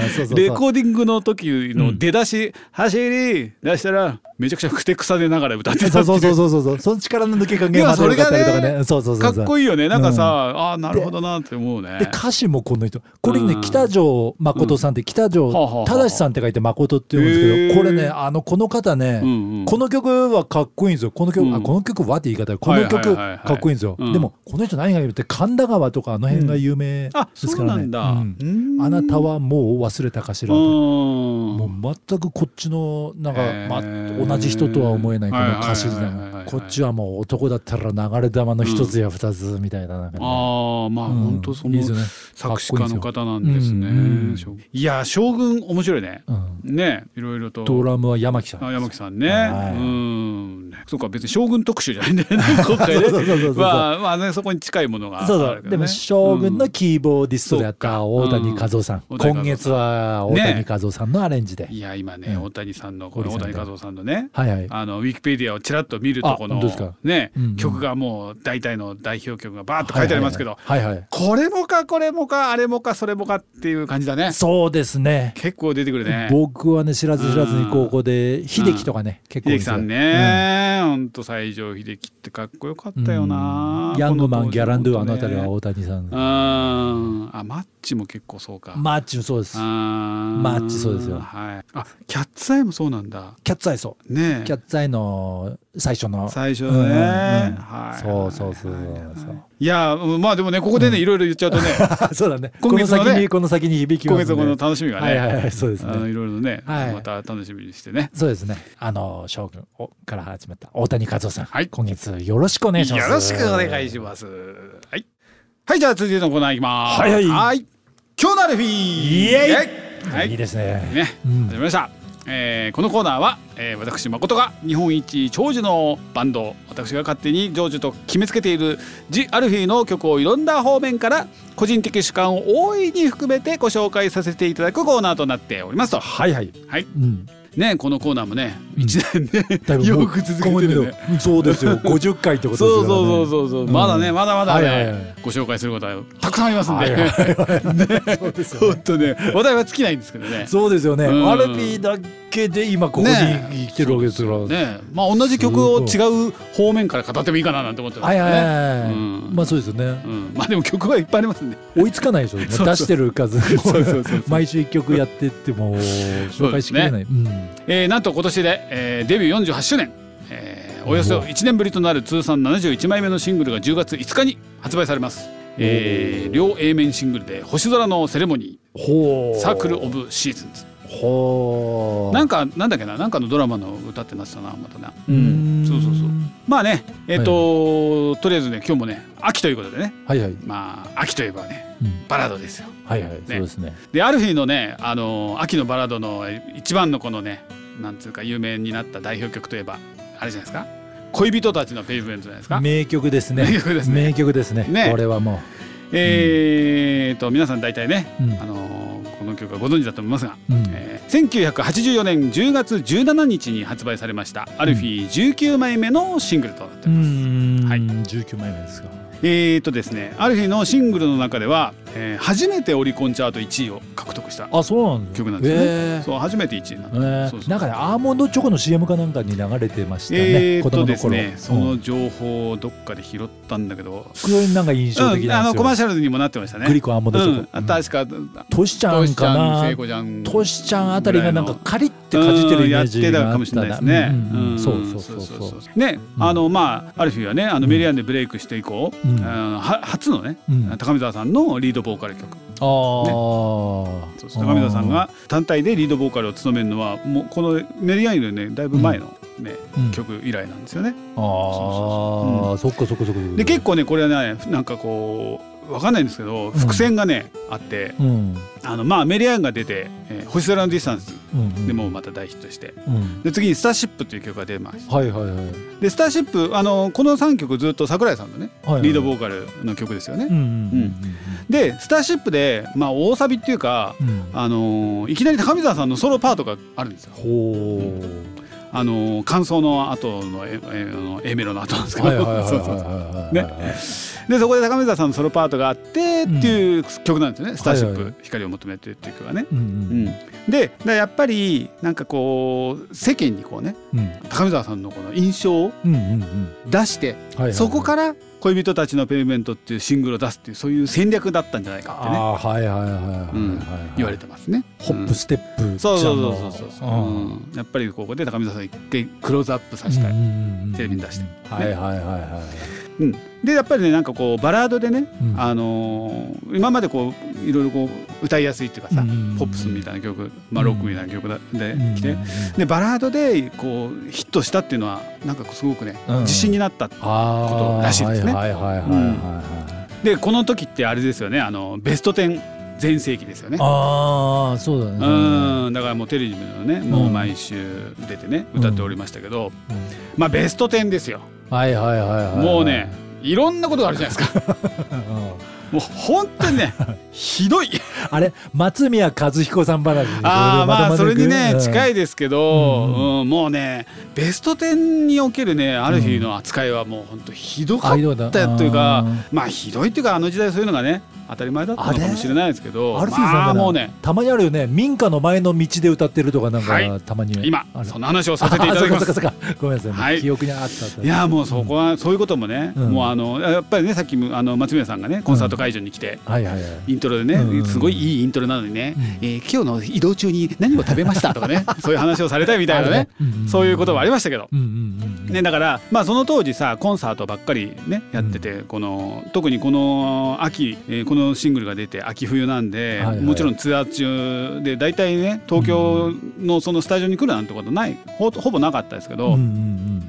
Speaker 2: そうそう
Speaker 1: レコーディングの時の出だし「走り!」出したらめちゃくちゃふてくさでながら歌ってたって
Speaker 2: そ
Speaker 1: いう
Speaker 2: そうそうそうそうそう。その力の抜け加
Speaker 1: い
Speaker 2: 減
Speaker 1: や
Speaker 2: まで
Speaker 1: それ
Speaker 2: よかっ
Speaker 1: が
Speaker 2: たりとか
Speaker 1: ね
Speaker 2: ね。そうそうそうそう。
Speaker 1: かっこいいよねなんかさ、ああなるほどなって思うね
Speaker 2: で歌詞もこの人これね、
Speaker 1: うん
Speaker 2: 北条誠さんって北条
Speaker 1: はあはあはあ
Speaker 2: 忠さんって書いて誠って言うんですけ
Speaker 1: へ
Speaker 2: ど
Speaker 1: ー
Speaker 2: これねあのこの方ね、
Speaker 1: うんうん
Speaker 2: この曲はかっこいいんですよこの曲、
Speaker 1: うん
Speaker 2: あこの曲はって言い方この
Speaker 1: は
Speaker 2: 曲
Speaker 1: いはいはいはい
Speaker 2: かっこいいんですよ、
Speaker 1: うん
Speaker 2: でもこの人何が言うって神田川とかあの辺が有名で
Speaker 1: あ
Speaker 2: す
Speaker 1: そ
Speaker 2: か
Speaker 1: う
Speaker 2: ら
Speaker 1: な
Speaker 2: ね、
Speaker 1: んだ、
Speaker 2: うんあなたはもう忘れたかしらも
Speaker 1: も
Speaker 2: う全くこっちのなんか、
Speaker 1: へー
Speaker 2: ま、同じ人とは思えないこ
Speaker 1: はいはいはいは
Speaker 2: の
Speaker 1: い
Speaker 2: 歌詞だ
Speaker 1: はいはい
Speaker 2: なこっちはもう男だったら流れ玉の一つや二つみたいななんかね、
Speaker 1: ああまあ
Speaker 2: うん
Speaker 1: 本当そ
Speaker 2: いい
Speaker 1: の
Speaker 2: ですよね
Speaker 1: 作詞家の方なんですね
Speaker 2: かっこいいんですよ
Speaker 1: いや将軍面白いね
Speaker 2: うん
Speaker 1: ねいろいろと
Speaker 2: ドラムは山木さん。
Speaker 1: あ山木さんね、
Speaker 2: はい
Speaker 1: うんそうか別に将軍特集じゃないんだよね今回ね
Speaker 2: *laughs* そうそうそうそうそう
Speaker 1: まあまあねそこに近いものがあるけ
Speaker 2: そう
Speaker 1: ど
Speaker 2: そ
Speaker 1: ね
Speaker 2: う。でも将軍のキーボーディストであっ
Speaker 1: うん
Speaker 2: た大谷和夫さん。
Speaker 1: うん大谷和夫さん
Speaker 2: 今月は大谷和夫さんのアレンジで。
Speaker 1: いや今ね、
Speaker 2: うん
Speaker 1: 大谷さんのこの
Speaker 2: 大
Speaker 1: 大
Speaker 2: 谷
Speaker 1: 谷
Speaker 2: さん
Speaker 1: 和夫さんのね
Speaker 2: はいはい。
Speaker 1: あのウィキペディアをちらっと見ると
Speaker 2: あ
Speaker 1: こ
Speaker 2: 本
Speaker 1: の
Speaker 2: 当ですか
Speaker 1: ね、
Speaker 2: うんうん
Speaker 1: 曲がもう大体の代表曲がバーッと書いてありますけど、
Speaker 2: はいはい。
Speaker 1: これもかこれもかあれもかそれもかっていう感じだね
Speaker 2: そうですね。
Speaker 1: 結構出てくるね
Speaker 2: 僕はね知らず知らずに高校で秀樹とかね結構
Speaker 1: 秀
Speaker 2: で
Speaker 1: 樹
Speaker 2: す
Speaker 1: さ
Speaker 2: よ
Speaker 1: ん。ね、ほんと西城秀樹ってかっこよかったよな、
Speaker 2: うんヤングマンギャランドゥあの
Speaker 1: あ
Speaker 2: あたりは大谷さん。
Speaker 1: あマッチも結構そうか
Speaker 2: マッチもそうです。
Speaker 1: マ
Speaker 2: マッチそうですよ
Speaker 1: はい、あキャッツアイもそうなんだ
Speaker 2: キャッツアイそ
Speaker 1: ね
Speaker 2: う。
Speaker 1: え
Speaker 2: キャッツアイの最初の。
Speaker 1: 最初ね、
Speaker 2: うんうんうん
Speaker 1: はい
Speaker 2: そうそうそうそう。
Speaker 1: いやうんまあでもねここでねいろいろ言っちゃうと
Speaker 2: *laughs*
Speaker 1: ね
Speaker 2: そうだね。
Speaker 1: 今
Speaker 2: この
Speaker 1: 月のね
Speaker 2: 先にこの先に響き
Speaker 1: 今
Speaker 2: ます
Speaker 1: 月
Speaker 2: ね。
Speaker 1: のこの楽しみがね、
Speaker 2: はいはいはいそうです
Speaker 1: あ
Speaker 2: ね
Speaker 1: の。いろいろね、
Speaker 2: はい
Speaker 1: また楽しみにしてね
Speaker 2: そうですね。あの将軍をから始まった大谷和夫さん、
Speaker 1: はい
Speaker 2: 今月よろしくお願いします。
Speaker 1: よろしくお願いします。はい。はい、じゃあ続いてのコーナーいきます。
Speaker 2: はいはい
Speaker 1: 今日のアルフィー
Speaker 2: イエイ
Speaker 1: はい
Speaker 2: い
Speaker 1: い。
Speaker 2: ですね。
Speaker 1: ね、
Speaker 2: うん
Speaker 1: 始まりました。えーこのコーナーは、えー私誠が日本一長寿のバンド私が勝手に長寿と決めつけているジ・アルフィーの曲をいろんな方面から個人的主観を大いに含めてご紹介させていただくコーナーとなっておりますと
Speaker 2: はいはい。
Speaker 1: はい
Speaker 2: うん。
Speaker 1: ねこのコーナーもね
Speaker 2: うん
Speaker 1: 1年ね、
Speaker 2: だい
Speaker 1: *laughs*
Speaker 2: ぶ
Speaker 1: よく続けてるね
Speaker 2: ね。そうで
Speaker 1: *laughs*
Speaker 2: すよ。五十回ってことです
Speaker 1: そ
Speaker 2: よね。
Speaker 1: うそうそうそう、うまだねまだまだね、
Speaker 2: はいはいはい
Speaker 1: ご紹介することはたくさんありますんで、
Speaker 2: はいは
Speaker 1: ね本
Speaker 2: い
Speaker 1: 当ね話題は尽きないんですけどね
Speaker 2: そうですよね。
Speaker 1: うん
Speaker 2: アルピーだけで今ここに
Speaker 1: ね
Speaker 2: 生きてるわけですから。
Speaker 1: ねまあ同じ曲を違う方面から語ってもいいかななんて思ってます
Speaker 2: はい
Speaker 1: けど
Speaker 2: は
Speaker 1: ね、
Speaker 2: いはいはい。
Speaker 1: うん
Speaker 2: まあそうですよね。
Speaker 1: うん、まあでも曲はいっぱいありますんで
Speaker 2: 追いつかないでしょ。
Speaker 1: *laughs*
Speaker 2: 出
Speaker 1: そう
Speaker 2: してる数も
Speaker 1: そうそうそう
Speaker 2: 毎週一曲やってっても紹介しきれない。うん。
Speaker 1: えーなんと今年で、えーデビュー48周年、えーおよそ1年ぶりとなる通算71枚目のシングルが10月5日に発売されます、えー両 A 面シングルで「星空のセレモニ
Speaker 2: ほ
Speaker 1: ー
Speaker 2: う。
Speaker 1: サークル・オブ・シーズンズ」
Speaker 2: ほう。
Speaker 1: なんかなんだっけななんかのドラマの歌ってなってたなまたな
Speaker 2: うーん
Speaker 1: そうそうそうまあねえっ、と、とりあえずね今日もね秋ということでね
Speaker 2: はいはい。
Speaker 1: まあ秋といえばね
Speaker 2: うん
Speaker 1: バラードですよ
Speaker 2: はいはい。そうですね。
Speaker 1: でアルフィーのねあのー秋のバラードのえ一番のこのねなんつうか有名になった代表曲といえばあれじゃないですか恋人たちのペイブメントじゃないです *laughs* か、
Speaker 2: 名曲ですね。
Speaker 1: 名曲ですね
Speaker 2: 名曲ですね
Speaker 1: ね
Speaker 2: これはも
Speaker 1: えー、と皆さん大体ね、
Speaker 2: うん
Speaker 1: あのーこの曲はご存知だと思いますが、
Speaker 2: う。うん
Speaker 1: えー1984年10月17日に発売されましたアルフィー19枚目のシングルとなっております、
Speaker 2: うん
Speaker 1: はい
Speaker 2: 19枚目ですか。
Speaker 1: えーとですねアルフィーのシングルの中では、えー初めてオリコンチャート1位を獲得した
Speaker 2: あ、そうなんだ
Speaker 1: 曲なんですよね、
Speaker 2: へー
Speaker 1: そう初めて1位になった、
Speaker 2: へー
Speaker 1: そうそう
Speaker 2: なんかね、アーモンドチョコの CM かなんかに流れてましたね。
Speaker 1: えー、
Speaker 2: 子
Speaker 1: っ
Speaker 2: 供
Speaker 1: と
Speaker 2: の
Speaker 1: です
Speaker 2: 頃。
Speaker 1: ね、そ
Speaker 2: うん
Speaker 1: の情報をどっかで拾ったんだけど、
Speaker 2: 非常になんか印象的
Speaker 1: うん、あ
Speaker 2: なん
Speaker 1: の
Speaker 2: で
Speaker 1: コマー
Speaker 2: す
Speaker 1: シャルにもなってましたね。
Speaker 2: よ。グリコアーモンドチョコ。
Speaker 1: う、
Speaker 2: うんん
Speaker 1: 確か、
Speaker 2: トシちゃ
Speaker 1: トシ
Speaker 2: ん
Speaker 1: ちゃ
Speaker 2: か
Speaker 1: ん、聖
Speaker 2: な。
Speaker 1: 子ちゃん、
Speaker 2: トシちゃんあたりがなんかカリってかじってるイメージ
Speaker 1: うんやって
Speaker 2: が
Speaker 1: た
Speaker 2: あ
Speaker 1: か
Speaker 2: っ
Speaker 1: もしたれないですね。
Speaker 2: うんうんうん
Speaker 1: ん
Speaker 2: そうそうそうそう。
Speaker 1: う。ね、
Speaker 2: うん
Speaker 1: あのまあアルフィーはね、あの
Speaker 2: うん
Speaker 1: メリアンでブレイクして以降、
Speaker 2: うん
Speaker 1: あのは初のね、
Speaker 2: うん
Speaker 1: 高見沢さんのリードドボーカル曲
Speaker 2: あー
Speaker 1: そうです高見沢さんが単体でリードボーカルを務めるのはもうこのメリーアイのねだいぶ前の、ね
Speaker 2: うん
Speaker 1: 曲以来なんですよね。
Speaker 2: ああそっかそっかそっか
Speaker 1: で結構ねこれはねなんかこうわかんないんですけど伏線がね、あって
Speaker 2: 構うん
Speaker 1: あの、まあ、メリーアイが出て「えー星空のディスタンス
Speaker 2: うん」
Speaker 1: でもうまた大ヒットして
Speaker 2: うん
Speaker 1: で次に「スターシップ」という曲が出ました。
Speaker 2: はいはいはいはい
Speaker 1: でスターシップあのこの3曲ずっと桜井さんのね
Speaker 2: はい
Speaker 1: リードボーカルの曲ですよね。
Speaker 2: うんうん
Speaker 1: でスターシップで、まあ、大サビっていうか、
Speaker 2: うんうん
Speaker 1: あのーいきなり高見沢さんのソロパートがあるんですよ。
Speaker 2: ほ
Speaker 1: あのー感想の後のええあの A メロの後なんですけ
Speaker 2: う
Speaker 1: ど、
Speaker 2: はいはいはいはい
Speaker 1: そうそうそう
Speaker 2: はい
Speaker 1: ね
Speaker 2: はいはいはい
Speaker 1: でそこで高見沢さんのソロパートがあってっていう曲なんですよね「スターシップ、
Speaker 2: はいはい
Speaker 1: 光を求めて」っていう曲がね。
Speaker 2: うん
Speaker 1: うん、でだからやっぱりなんかこう世間にこうね
Speaker 2: うんうん
Speaker 1: 高見沢さんのこの印象を
Speaker 2: うんうんうん
Speaker 1: 出して、
Speaker 2: はいはい
Speaker 1: そこから「恋人たちのペイメント」っていうシングルを出すっていうそういう戦略だったんじゃないかってね
Speaker 2: あーはいはいはいはいはい
Speaker 1: うん
Speaker 2: はい
Speaker 1: 言われてますね。
Speaker 2: ホップステップ
Speaker 1: そうそうそう
Speaker 2: ジャンの
Speaker 1: そうそう、うん、やっぱりここで高見沢さん一回クローズアップさせたい、テレビに出してね
Speaker 2: はいはいはいは
Speaker 1: うんでやっぱりねなんかこうバラードでね、
Speaker 2: い
Speaker 1: あのー今までこういろいろこう歌いやすいっていうかさ、ポップスみ
Speaker 2: た
Speaker 1: たいな曲、まあ、ロックみたいな曲だで来て、
Speaker 2: ね
Speaker 1: でバラードでこうヒットしたっていうのはなんかすごくね、
Speaker 2: うん
Speaker 1: 自信になった
Speaker 2: あ
Speaker 1: と
Speaker 2: ー
Speaker 1: らしいですね
Speaker 2: はいはいはいはいはいはい
Speaker 1: でこの時ってあれですよねあのベスト10全盛期ですよね。
Speaker 2: ああそうだね
Speaker 1: うんだからもうテレビのねもう毎週出てね、
Speaker 2: うん
Speaker 1: 歌っておりましたけど、
Speaker 2: うん
Speaker 1: まあベスト10ですよ。
Speaker 2: はいはいはいはい
Speaker 1: もうね、いろんなことがあるじゃないですか。
Speaker 2: うん
Speaker 1: もう本当に
Speaker 2: *laughs*
Speaker 1: ね、ひどい。
Speaker 2: あれ松宮和彦さん話
Speaker 1: ああ、まあ、それにね、近
Speaker 2: い
Speaker 1: いですけど、
Speaker 2: うん
Speaker 1: うんもうね。ベスト10におけるね、ある日の扱いはもう本当ひどかったというか。まあ、ひどいというか、あの時代そういうのがね、当たり前だったのかもしれないですけど。
Speaker 2: アルフィーさん
Speaker 1: まあ、
Speaker 2: が
Speaker 1: もうね、
Speaker 2: たまにあるよね民家の前の道で歌ってるとかなんか、
Speaker 1: はい
Speaker 2: たまに
Speaker 1: 今
Speaker 2: あ、る
Speaker 1: その話をさせていただきま
Speaker 2: あそうか
Speaker 1: す。
Speaker 2: そうかそうかごめんなさい、
Speaker 1: はい
Speaker 2: 記憶にあったあった
Speaker 1: いやもうそこはそういうこともね、
Speaker 2: うん
Speaker 1: もうあのやっぱりねさっきもあの松宮さんがねコンサート会場に来て、
Speaker 2: はいはいはい
Speaker 1: イントロでね、
Speaker 2: うん
Speaker 1: すごいいいイントロなのにね、
Speaker 2: うん
Speaker 1: えー今日の移動中に何を食べましたとか
Speaker 2: *laughs*
Speaker 1: ねそういう話をされたいみたいなね、そういうことはあ
Speaker 2: り
Speaker 1: りましたけど、
Speaker 2: うんうんうん
Speaker 1: ね、だから、まあ、その当時さコンサートばっかりねやってて、この特にこの秋、えーこのシングルが出て秋冬なんで、
Speaker 2: はいはい
Speaker 1: もちろんツアー中で大体ね東京のそのスタジオに来るなんてことないほほぼなかったですけ
Speaker 2: うん
Speaker 1: ど、
Speaker 2: うんうんうん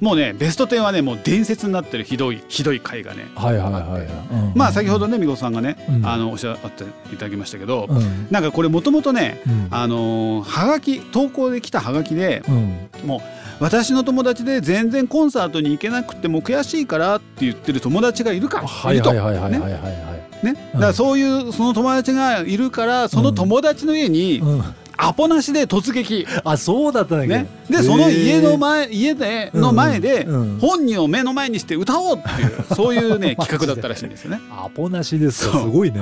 Speaker 1: もうねベスト10はねもう伝説になってるひどいひどい回がね、
Speaker 2: はいはいはいはい、うん
Speaker 1: まあ先ほどねみこさんがね、
Speaker 2: うん
Speaker 1: あのおっしゃっていただきましたけど、
Speaker 2: うん
Speaker 1: なんかこれもともとね
Speaker 2: うん
Speaker 1: あのーはがき投稿で来たはがきで
Speaker 2: うん
Speaker 1: もう私の友達で全然コンサートに行けなくても悔しいからって言ってる友達がいるから、
Speaker 2: はいはいはいはい
Speaker 1: る
Speaker 2: は
Speaker 1: と
Speaker 2: いはいはい
Speaker 1: ねねだからそういうその友達がいるからその友達の家に
Speaker 2: うん
Speaker 1: アポなしで突撃、
Speaker 2: あそうだったんだっけ
Speaker 1: ね、でその家の
Speaker 2: へ
Speaker 1: 前家で
Speaker 2: うん
Speaker 1: の前で
Speaker 2: うん
Speaker 1: 本人を目の前にして歌おうって
Speaker 2: *laughs*
Speaker 1: いうそういうね企画だったらしいんですよね。
Speaker 2: ーアポなしですか
Speaker 1: そう
Speaker 2: すごいね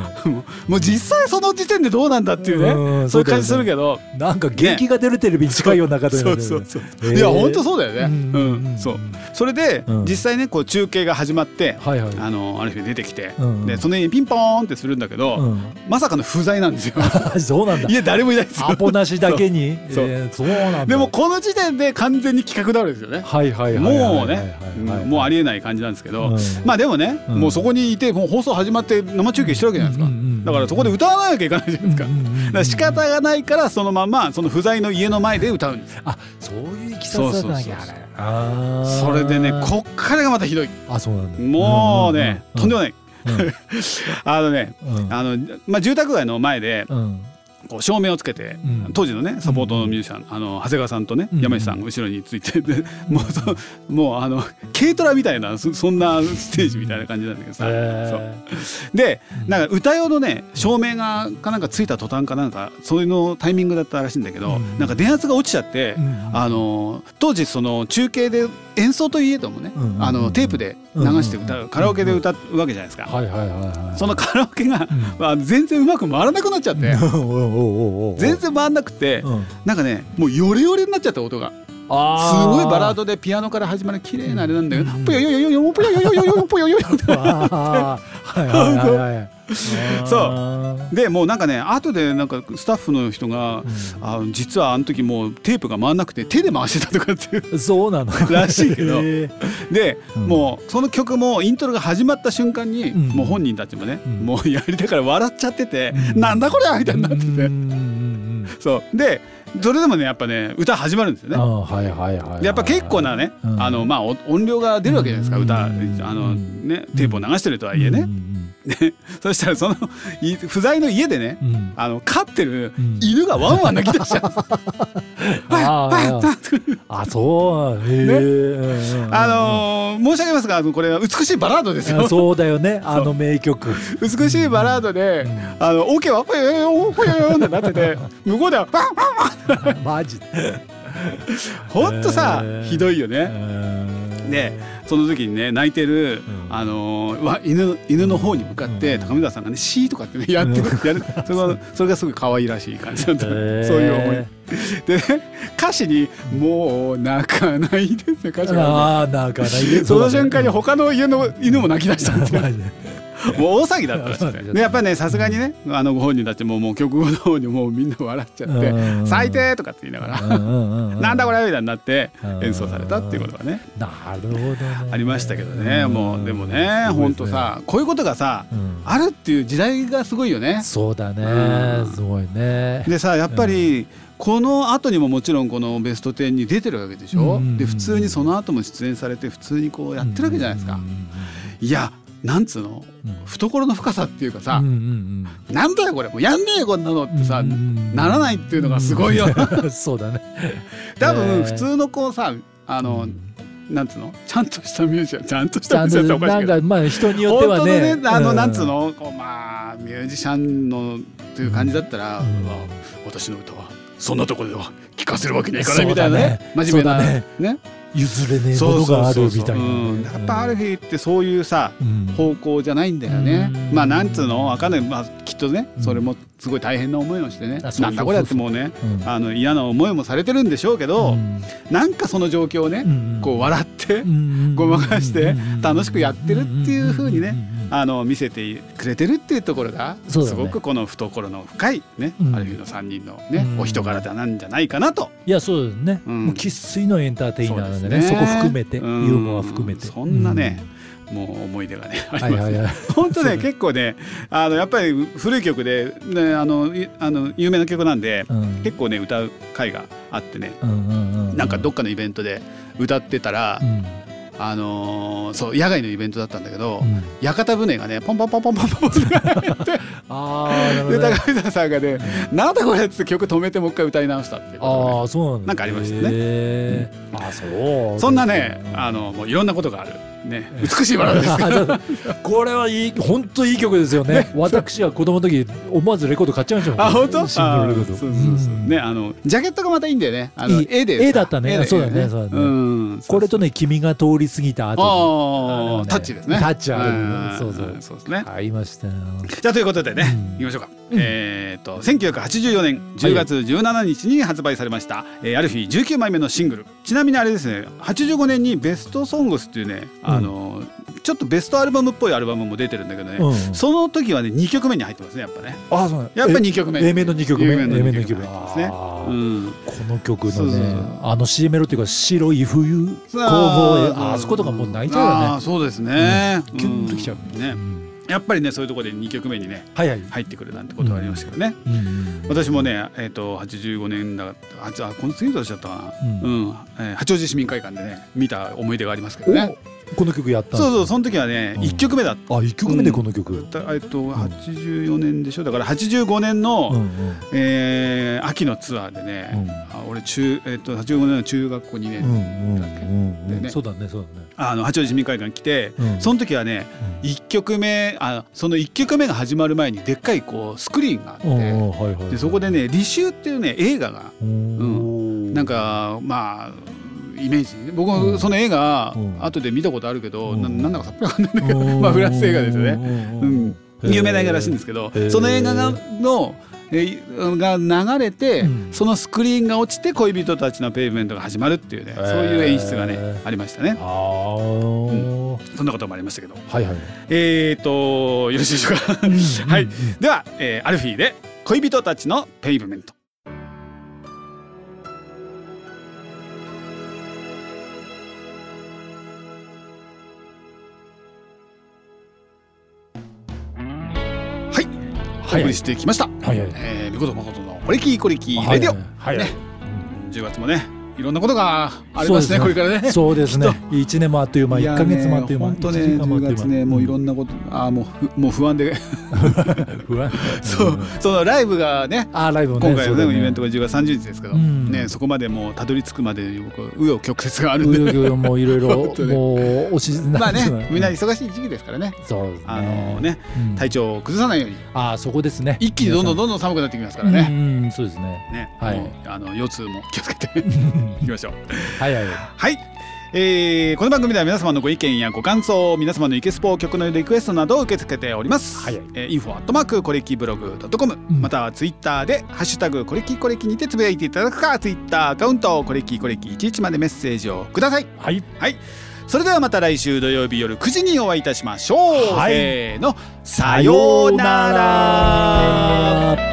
Speaker 1: もう実際その時点でどうなんだっていう
Speaker 2: う
Speaker 1: ね
Speaker 2: ん
Speaker 1: そういう感じするけど
Speaker 2: なんか元気が出るテレビに近いような方
Speaker 1: そうそうそう
Speaker 2: へー
Speaker 1: いや本当そうだよね。
Speaker 2: うん
Speaker 1: うんそうそれで
Speaker 2: うん
Speaker 1: 実際ねこう中継が始まって
Speaker 2: はいはい
Speaker 1: あのある日出てきて
Speaker 2: うん
Speaker 1: でその家にピンポーンってするんだけど
Speaker 2: うん
Speaker 1: まさかの不在なん
Speaker 2: *laughs*
Speaker 1: ですよ。
Speaker 2: あそうなんだ
Speaker 1: 家誰もいないですよ
Speaker 2: アポなしだけに
Speaker 1: そう
Speaker 2: えーそうなんだ
Speaker 1: でもこの時点で完全に企画倒れですよね。
Speaker 2: はいはいはいはい
Speaker 1: もう
Speaker 2: はい
Speaker 1: ね
Speaker 2: はい
Speaker 1: うんもうありえない感じなんですけど
Speaker 2: うん
Speaker 1: まあでもね
Speaker 2: うん
Speaker 1: もうそこにいてもう放送始まって生中継してるわけじゃないです
Speaker 2: うんうんうんうん
Speaker 1: かだからそこで歌わなきゃいけないじゃないですか。
Speaker 2: うんうんうんうん
Speaker 1: だから仕方がないからそのままその不在の家の前で歌うんです
Speaker 2: あそういういきさつだったんだっけ
Speaker 1: そう
Speaker 2: あ
Speaker 1: そうそうそう
Speaker 2: れあー
Speaker 1: それでねこっからがまたひどい
Speaker 2: あそうなんだ
Speaker 1: もうねとんでもない
Speaker 2: うんうん
Speaker 1: あのね
Speaker 2: うん
Speaker 1: あの、まあ、住宅街の前で *laughs*
Speaker 2: うん
Speaker 1: こう照明をつけて、
Speaker 2: うん
Speaker 1: 当時のねサポートのミュージシャン、あの長谷川さんとね、
Speaker 2: うん
Speaker 1: 山下さんが後ろについて *laughs* でもうそもうあの軽トラみたいなそそんなステージみたいな感じなんだけどさ、そう
Speaker 2: え
Speaker 1: でなんか歌用のね照明がかなんかついた途端かなんかそういうのタイミングだったらしいんだけど、
Speaker 2: うん
Speaker 1: なんか電圧が落ちちゃって。
Speaker 2: ーうん
Speaker 1: あの当時その中継で演奏といえどもね、
Speaker 2: うんうんうん
Speaker 1: あのテープで流して歌う、
Speaker 2: うんうん
Speaker 1: カラオケで歌うわけじゃないですか、
Speaker 2: はいはいはいはい
Speaker 1: そのカラオケが、
Speaker 2: うん
Speaker 1: まあ、全然うまく回らなくなっちゃ
Speaker 2: *laughs*
Speaker 1: って
Speaker 2: おうおうおうおう
Speaker 1: 全然回んなくて
Speaker 2: うん
Speaker 1: なんかねもうヨレヨレになっちゃった音がす
Speaker 2: あ
Speaker 1: ごいバラードでピアノから始まる綺麗なあれなんだけど
Speaker 2: うん
Speaker 1: ぽよよよよよぽよよよよよぽよよよ
Speaker 2: ドはいはいはいはい
Speaker 1: そうでもうなんかね後でなんかスタッフの人が「あ実はあの時もうテープが回んなくて手で回してた」とかっていう
Speaker 2: うそうなの
Speaker 1: らしいけど
Speaker 2: へえ
Speaker 1: で、
Speaker 2: うん
Speaker 1: もうその曲もイントロが始まった瞬間に、
Speaker 2: うん
Speaker 1: もう本人たちもね、
Speaker 2: うん
Speaker 1: もうやりだから笑っちゃってて「
Speaker 2: うん
Speaker 1: なんだこりゃ!」みたいになってて、
Speaker 2: うんうんうん
Speaker 1: そうでそれでもねやっぱね歌始まるんですよ
Speaker 2: うん
Speaker 1: ね
Speaker 2: あ。あはいはいはいはい
Speaker 1: でやっぱ結構なね、
Speaker 2: うん
Speaker 1: あのまあお音量が出るわけじゃないですか、歌あ
Speaker 2: うん
Speaker 1: のねテープを流してるとはいえね、そしたらそのい不在の家でね
Speaker 2: うんうんうん
Speaker 1: あの飼ってる
Speaker 2: うん
Speaker 1: 犬がワンワン泣き出しちゃうんですよわや
Speaker 2: あー
Speaker 1: わやわや
Speaker 2: あそうへえうんうん
Speaker 1: あのー申し上げますがあのこれは美しいバラードですよ
Speaker 2: あそうだよねあの名曲 *laughs*
Speaker 1: 美しいバラードで、あのオケはぽよよよぽよよよってなってて向こうではワンワン
Speaker 2: マジで
Speaker 1: ほんとさ、
Speaker 2: へー
Speaker 1: ひどいよね。でその時にね泣いてる、
Speaker 2: ん
Speaker 1: あのーわ犬犬の方に向かって、
Speaker 2: うん
Speaker 1: 高見沢さんがね「シー」とかってねやってくやるそれがそれがすごい可愛らしい感じだった、
Speaker 2: へー
Speaker 1: そういう思いで、ね、歌詞に「もう泣かないで」って歌詞があ
Speaker 2: ああなんか
Speaker 1: る *laughs* その瞬間に他の家の犬も泣き出したっていう
Speaker 2: マジで
Speaker 1: もう大騒ぎだったらしくてでやっぱりねさすがにねあのご本人たちももう曲後の方にもうみんな笑っちゃって「
Speaker 2: うん
Speaker 1: 最低!」とかって言いながら「なんだこ
Speaker 2: れ
Speaker 1: れ!」みたいになって
Speaker 2: うん
Speaker 1: 演奏されたっていうことがね
Speaker 2: なるほどね
Speaker 1: ありましたけどねもうでもね
Speaker 2: うん
Speaker 1: ほんとさこういうことがさ
Speaker 2: うん
Speaker 1: あるっていう時代がすごいよね。
Speaker 2: そうだ
Speaker 1: う
Speaker 2: ね
Speaker 1: ん
Speaker 2: すごいね
Speaker 1: でさやっぱりこの後にももちろんこの「ベスト10」に出てるわけでしょ
Speaker 2: うんうんうん
Speaker 1: で普通にその後も出演されて普通にこうやってるわけじゃないですか
Speaker 2: うんうんうん
Speaker 1: いやなんつうの
Speaker 2: うん
Speaker 1: 懐の深さっていうかさ
Speaker 2: うんうん
Speaker 1: なんだよこれもうやんねえよこんなのっ
Speaker 2: うん
Speaker 1: てさ
Speaker 2: うんうん
Speaker 1: ならないっていうのがすごいよ
Speaker 2: *laughs* そうだね
Speaker 1: *laughs* 多
Speaker 2: え
Speaker 1: 分
Speaker 2: ー
Speaker 1: 普通のこうさあのなんつうのちゃんとしたミュージシャンちゃんとし
Speaker 2: ち
Speaker 1: た
Speaker 2: ゃ
Speaker 1: ミ
Speaker 2: ん
Speaker 1: ュージシャンって
Speaker 2: と
Speaker 1: おかしい
Speaker 2: な
Speaker 1: け
Speaker 2: ん
Speaker 1: ど
Speaker 2: かまあ人によっ
Speaker 1: 本
Speaker 2: て
Speaker 1: 当
Speaker 2: は
Speaker 1: の
Speaker 2: ね
Speaker 1: ねあのなんつうのこうまあミュージシャンのという感じだったら
Speaker 2: うん
Speaker 1: うわ私の歌はそんなところでは聴かせるわけにはいかないみたいな
Speaker 2: そうだ
Speaker 1: ね
Speaker 2: ね
Speaker 1: 真面目な
Speaker 2: そうだね
Speaker 1: ね
Speaker 2: 譲れねえものがあるみたいな
Speaker 1: うん
Speaker 2: ね
Speaker 1: やっぱアルフィーってそういうさ
Speaker 2: うん
Speaker 1: 方向じゃないんだよね
Speaker 2: うん
Speaker 1: まあなんつうのわかんないまあきっとね
Speaker 2: うん
Speaker 1: それもすごい大変な思いをしてね
Speaker 2: あそうそうそう
Speaker 1: なんだこれってもうね
Speaker 2: うん
Speaker 1: あの嫌な思いもされてるんでしょうけど、
Speaker 2: うん
Speaker 1: なんかその状況をね、
Speaker 2: うん
Speaker 1: こう笑って、ご
Speaker 2: ご
Speaker 1: まかして楽しくやってるっていう風にねあの見せてくれてるっていうところが、
Speaker 2: そうだ
Speaker 1: す
Speaker 2: ね
Speaker 1: ごくこの懐の深いね、
Speaker 2: うん
Speaker 1: ある意味の3人のね、
Speaker 2: うん
Speaker 1: お人柄だなんじゃないかなと
Speaker 2: いやそうですね
Speaker 1: うん
Speaker 2: もう生粋のエンターテイナーなんでね
Speaker 1: うです
Speaker 2: そこ含めてユ
Speaker 1: うん
Speaker 2: ーモア含めて
Speaker 1: そんなね、もう思い出がねあ
Speaker 2: うん
Speaker 1: り
Speaker 2: はい
Speaker 1: ます
Speaker 2: はいはい
Speaker 1: 本当
Speaker 2: そ
Speaker 1: ね
Speaker 2: うね
Speaker 1: 結構ねあのやっぱり古い曲で、ね、あのいあの有名な曲なんで、
Speaker 2: うん
Speaker 1: 結構ね歌う回があってね
Speaker 2: うんうんう
Speaker 1: なんかどっかのイベントで歌ってたら、
Speaker 2: うん
Speaker 1: あのーそう野外のイベントだったんだけど、
Speaker 2: うん
Speaker 1: 屋形船がねポンポンポンポンポンポンってで
Speaker 2: ああなるほどね
Speaker 1: 高見沢さんがね「なんだこれ」っつって曲止めてもう一回歌い直したっていうことがね
Speaker 2: ああそうなんだ
Speaker 1: なんかありましたね
Speaker 2: ねあそう
Speaker 1: そんなねあのもういろんなことがあるね美しいバラード
Speaker 2: *laughs*
Speaker 1: ですから
Speaker 2: あちょ
Speaker 1: *laughs*
Speaker 2: っとこれはいい本当いい曲ですよね私は子供の時思わずレコード買っちゃいましたもん
Speaker 1: あ本当
Speaker 2: シングルレコード
Speaker 1: あそうそうそう
Speaker 2: うん
Speaker 1: ねあのジャケットがまたいいんだよねあの
Speaker 2: いい
Speaker 1: 絵で
Speaker 2: 絵だったね
Speaker 1: 絵
Speaker 2: そうだねそうだね
Speaker 1: ん
Speaker 2: これとね君が通り過ぎた後
Speaker 1: あ
Speaker 2: の
Speaker 1: あ
Speaker 2: ね
Speaker 1: タッチですね
Speaker 2: タッチある
Speaker 1: ん
Speaker 2: そうそう
Speaker 1: そうですね
Speaker 2: に買いましたよ
Speaker 1: じゃあということでね、
Speaker 2: うん
Speaker 1: いきましょうか、
Speaker 2: うん
Speaker 1: えっ、と1984年10月17日に発売されました、えーアルフィー19枚目のシングルちなみにあれですね85年に「ベストソングス」っていうね、あのーちょっとベストアルバムっぽいアルバムも出てるんだけどね、
Speaker 2: うん
Speaker 1: その時はね2曲目に入ってますねやっぱね
Speaker 2: あそうなん
Speaker 1: やっぱり2曲目
Speaker 2: A 面の二曲目
Speaker 1: A 面の
Speaker 2: A
Speaker 1: 2
Speaker 2: 面の
Speaker 1: 曲
Speaker 2: 二
Speaker 1: 目に
Speaker 2: 曲
Speaker 1: 入って
Speaker 2: 目
Speaker 1: ますね
Speaker 2: あ
Speaker 1: う
Speaker 2: ー
Speaker 1: ん
Speaker 2: この曲
Speaker 1: そ
Speaker 2: の
Speaker 1: うそう
Speaker 2: ねあの C メロっていうか白い冬後
Speaker 1: あ
Speaker 2: 方
Speaker 1: ー
Speaker 2: ああそことかもう泣いちゃう
Speaker 1: あ
Speaker 2: よ
Speaker 1: ー
Speaker 2: ね
Speaker 1: そうですね、
Speaker 2: うんキュンときちゃう
Speaker 1: ね
Speaker 2: うん
Speaker 1: やっぱりねそういうところで2曲目にね
Speaker 2: はいはい
Speaker 1: 入ってくるなんてことがありましたけどね、
Speaker 2: うん
Speaker 1: 私もね、えー、と85年だあじゃあこの次の年だったかな、う
Speaker 2: うん
Speaker 1: えー八王子市民会館でね見た思い出がありますけどね
Speaker 2: おこの曲やったんだ
Speaker 1: そうそうその時はね、
Speaker 2: うん
Speaker 1: 一1曲目だっ
Speaker 2: あ一曲目でこの曲
Speaker 1: た、えー、と84年でしょだから85年の、
Speaker 2: うんうん
Speaker 1: えー秋のツアーでね、
Speaker 2: うん
Speaker 1: あ俺中、えー、と85年の中学校2年、
Speaker 2: うんうん
Speaker 1: だっけ
Speaker 2: うん
Speaker 1: で
Speaker 2: う
Speaker 1: ね
Speaker 2: んそうだねそうだね
Speaker 1: あの八王子市民会館来て、
Speaker 2: うん
Speaker 1: その時はね1曲目あその1曲目が始まる前にでっかいこうスクリーンがあって、
Speaker 2: うんはいはい
Speaker 1: でそこでね「履修」っていうね映画が
Speaker 2: うん
Speaker 1: なんかまあイメージね僕もその映画
Speaker 2: うん
Speaker 1: 後で見たことあるけど、
Speaker 2: うん
Speaker 1: ななんだかさっぱりわかんないんだ *laughs* けど、まあ、フランス映画ですよね、
Speaker 2: ね
Speaker 1: うん、有名な映画らしいんですすけど
Speaker 2: へー
Speaker 1: その映画がのえーが流れて、
Speaker 2: うん
Speaker 1: そのスクリーンが落ちて恋人たちのペイブメントが始まるっていうね、そういう演出がねありましたね
Speaker 2: ああ、
Speaker 1: そんなこともありましたけど
Speaker 2: はいはい。
Speaker 1: えーとよろしいでしょうかはいでは、えーアルフィーで恋人たちのペイブメントはいお
Speaker 2: い
Speaker 1: 送りしてきました、
Speaker 2: はいはい。
Speaker 1: えー、みこと誠のコレキーコレキーレディオ、
Speaker 2: はいはい。
Speaker 1: 10月もねいろんなことがありますねこ
Speaker 2: そう
Speaker 1: れ
Speaker 2: ですね
Speaker 1: からね
Speaker 2: そうですね。一年もあっという間、
Speaker 1: い
Speaker 2: 一
Speaker 1: や
Speaker 2: ヶ月もあっという間、
Speaker 1: 本当ね、
Speaker 2: 一年間もあっとい
Speaker 1: 10
Speaker 2: う間
Speaker 1: 月ね、もういろんなこと、あーもうふ、もう不安で、
Speaker 2: 不安。
Speaker 1: そう、そのライブがね、
Speaker 2: ああ、ライブもね。
Speaker 1: 今回の
Speaker 2: そう
Speaker 1: ね
Speaker 2: だね
Speaker 1: イベントが10月30日ですけど、
Speaker 2: うん
Speaker 1: ね、そこまでもうたどり着くまでに僕紆余曲折があるん
Speaker 2: う
Speaker 1: で、
Speaker 2: よぎょよもういろいろ
Speaker 1: 本当、ね
Speaker 2: もう、おし、
Speaker 1: *laughs* まあ
Speaker 2: *laughs*
Speaker 1: ね、みんな
Speaker 2: う
Speaker 1: 忙しい時期ですからね、
Speaker 2: そうですね。
Speaker 1: あのね、
Speaker 2: うん
Speaker 1: 体調を崩さないように、
Speaker 2: ああ、そこですね。
Speaker 1: 一気にどんどん
Speaker 2: ど
Speaker 1: どんどん寒くなってきますからね。
Speaker 2: うん、そうですね。
Speaker 1: ね、
Speaker 2: はい
Speaker 1: もうあの腰痛も気をつけて
Speaker 2: *laughs*
Speaker 1: いきましょう。
Speaker 2: はいはい。
Speaker 1: はい、えーこの番組では皆様のご意見やご感想皆様のイケスポ曲のリクエストなどを受け付けております、
Speaker 2: はいはい
Speaker 1: えー、info アットマークコレキブログドットコム
Speaker 2: ん
Speaker 1: またはツイッターでハッシュタグコレキコレキにてつぶやいていただくかツイッターアカウントコレキコレキ11までメッセージをください
Speaker 2: はい。
Speaker 1: はいそれではまた来週土曜日夜9時にお会いいたしましょう、
Speaker 2: はい
Speaker 1: せーのさようなら
Speaker 2: さようなら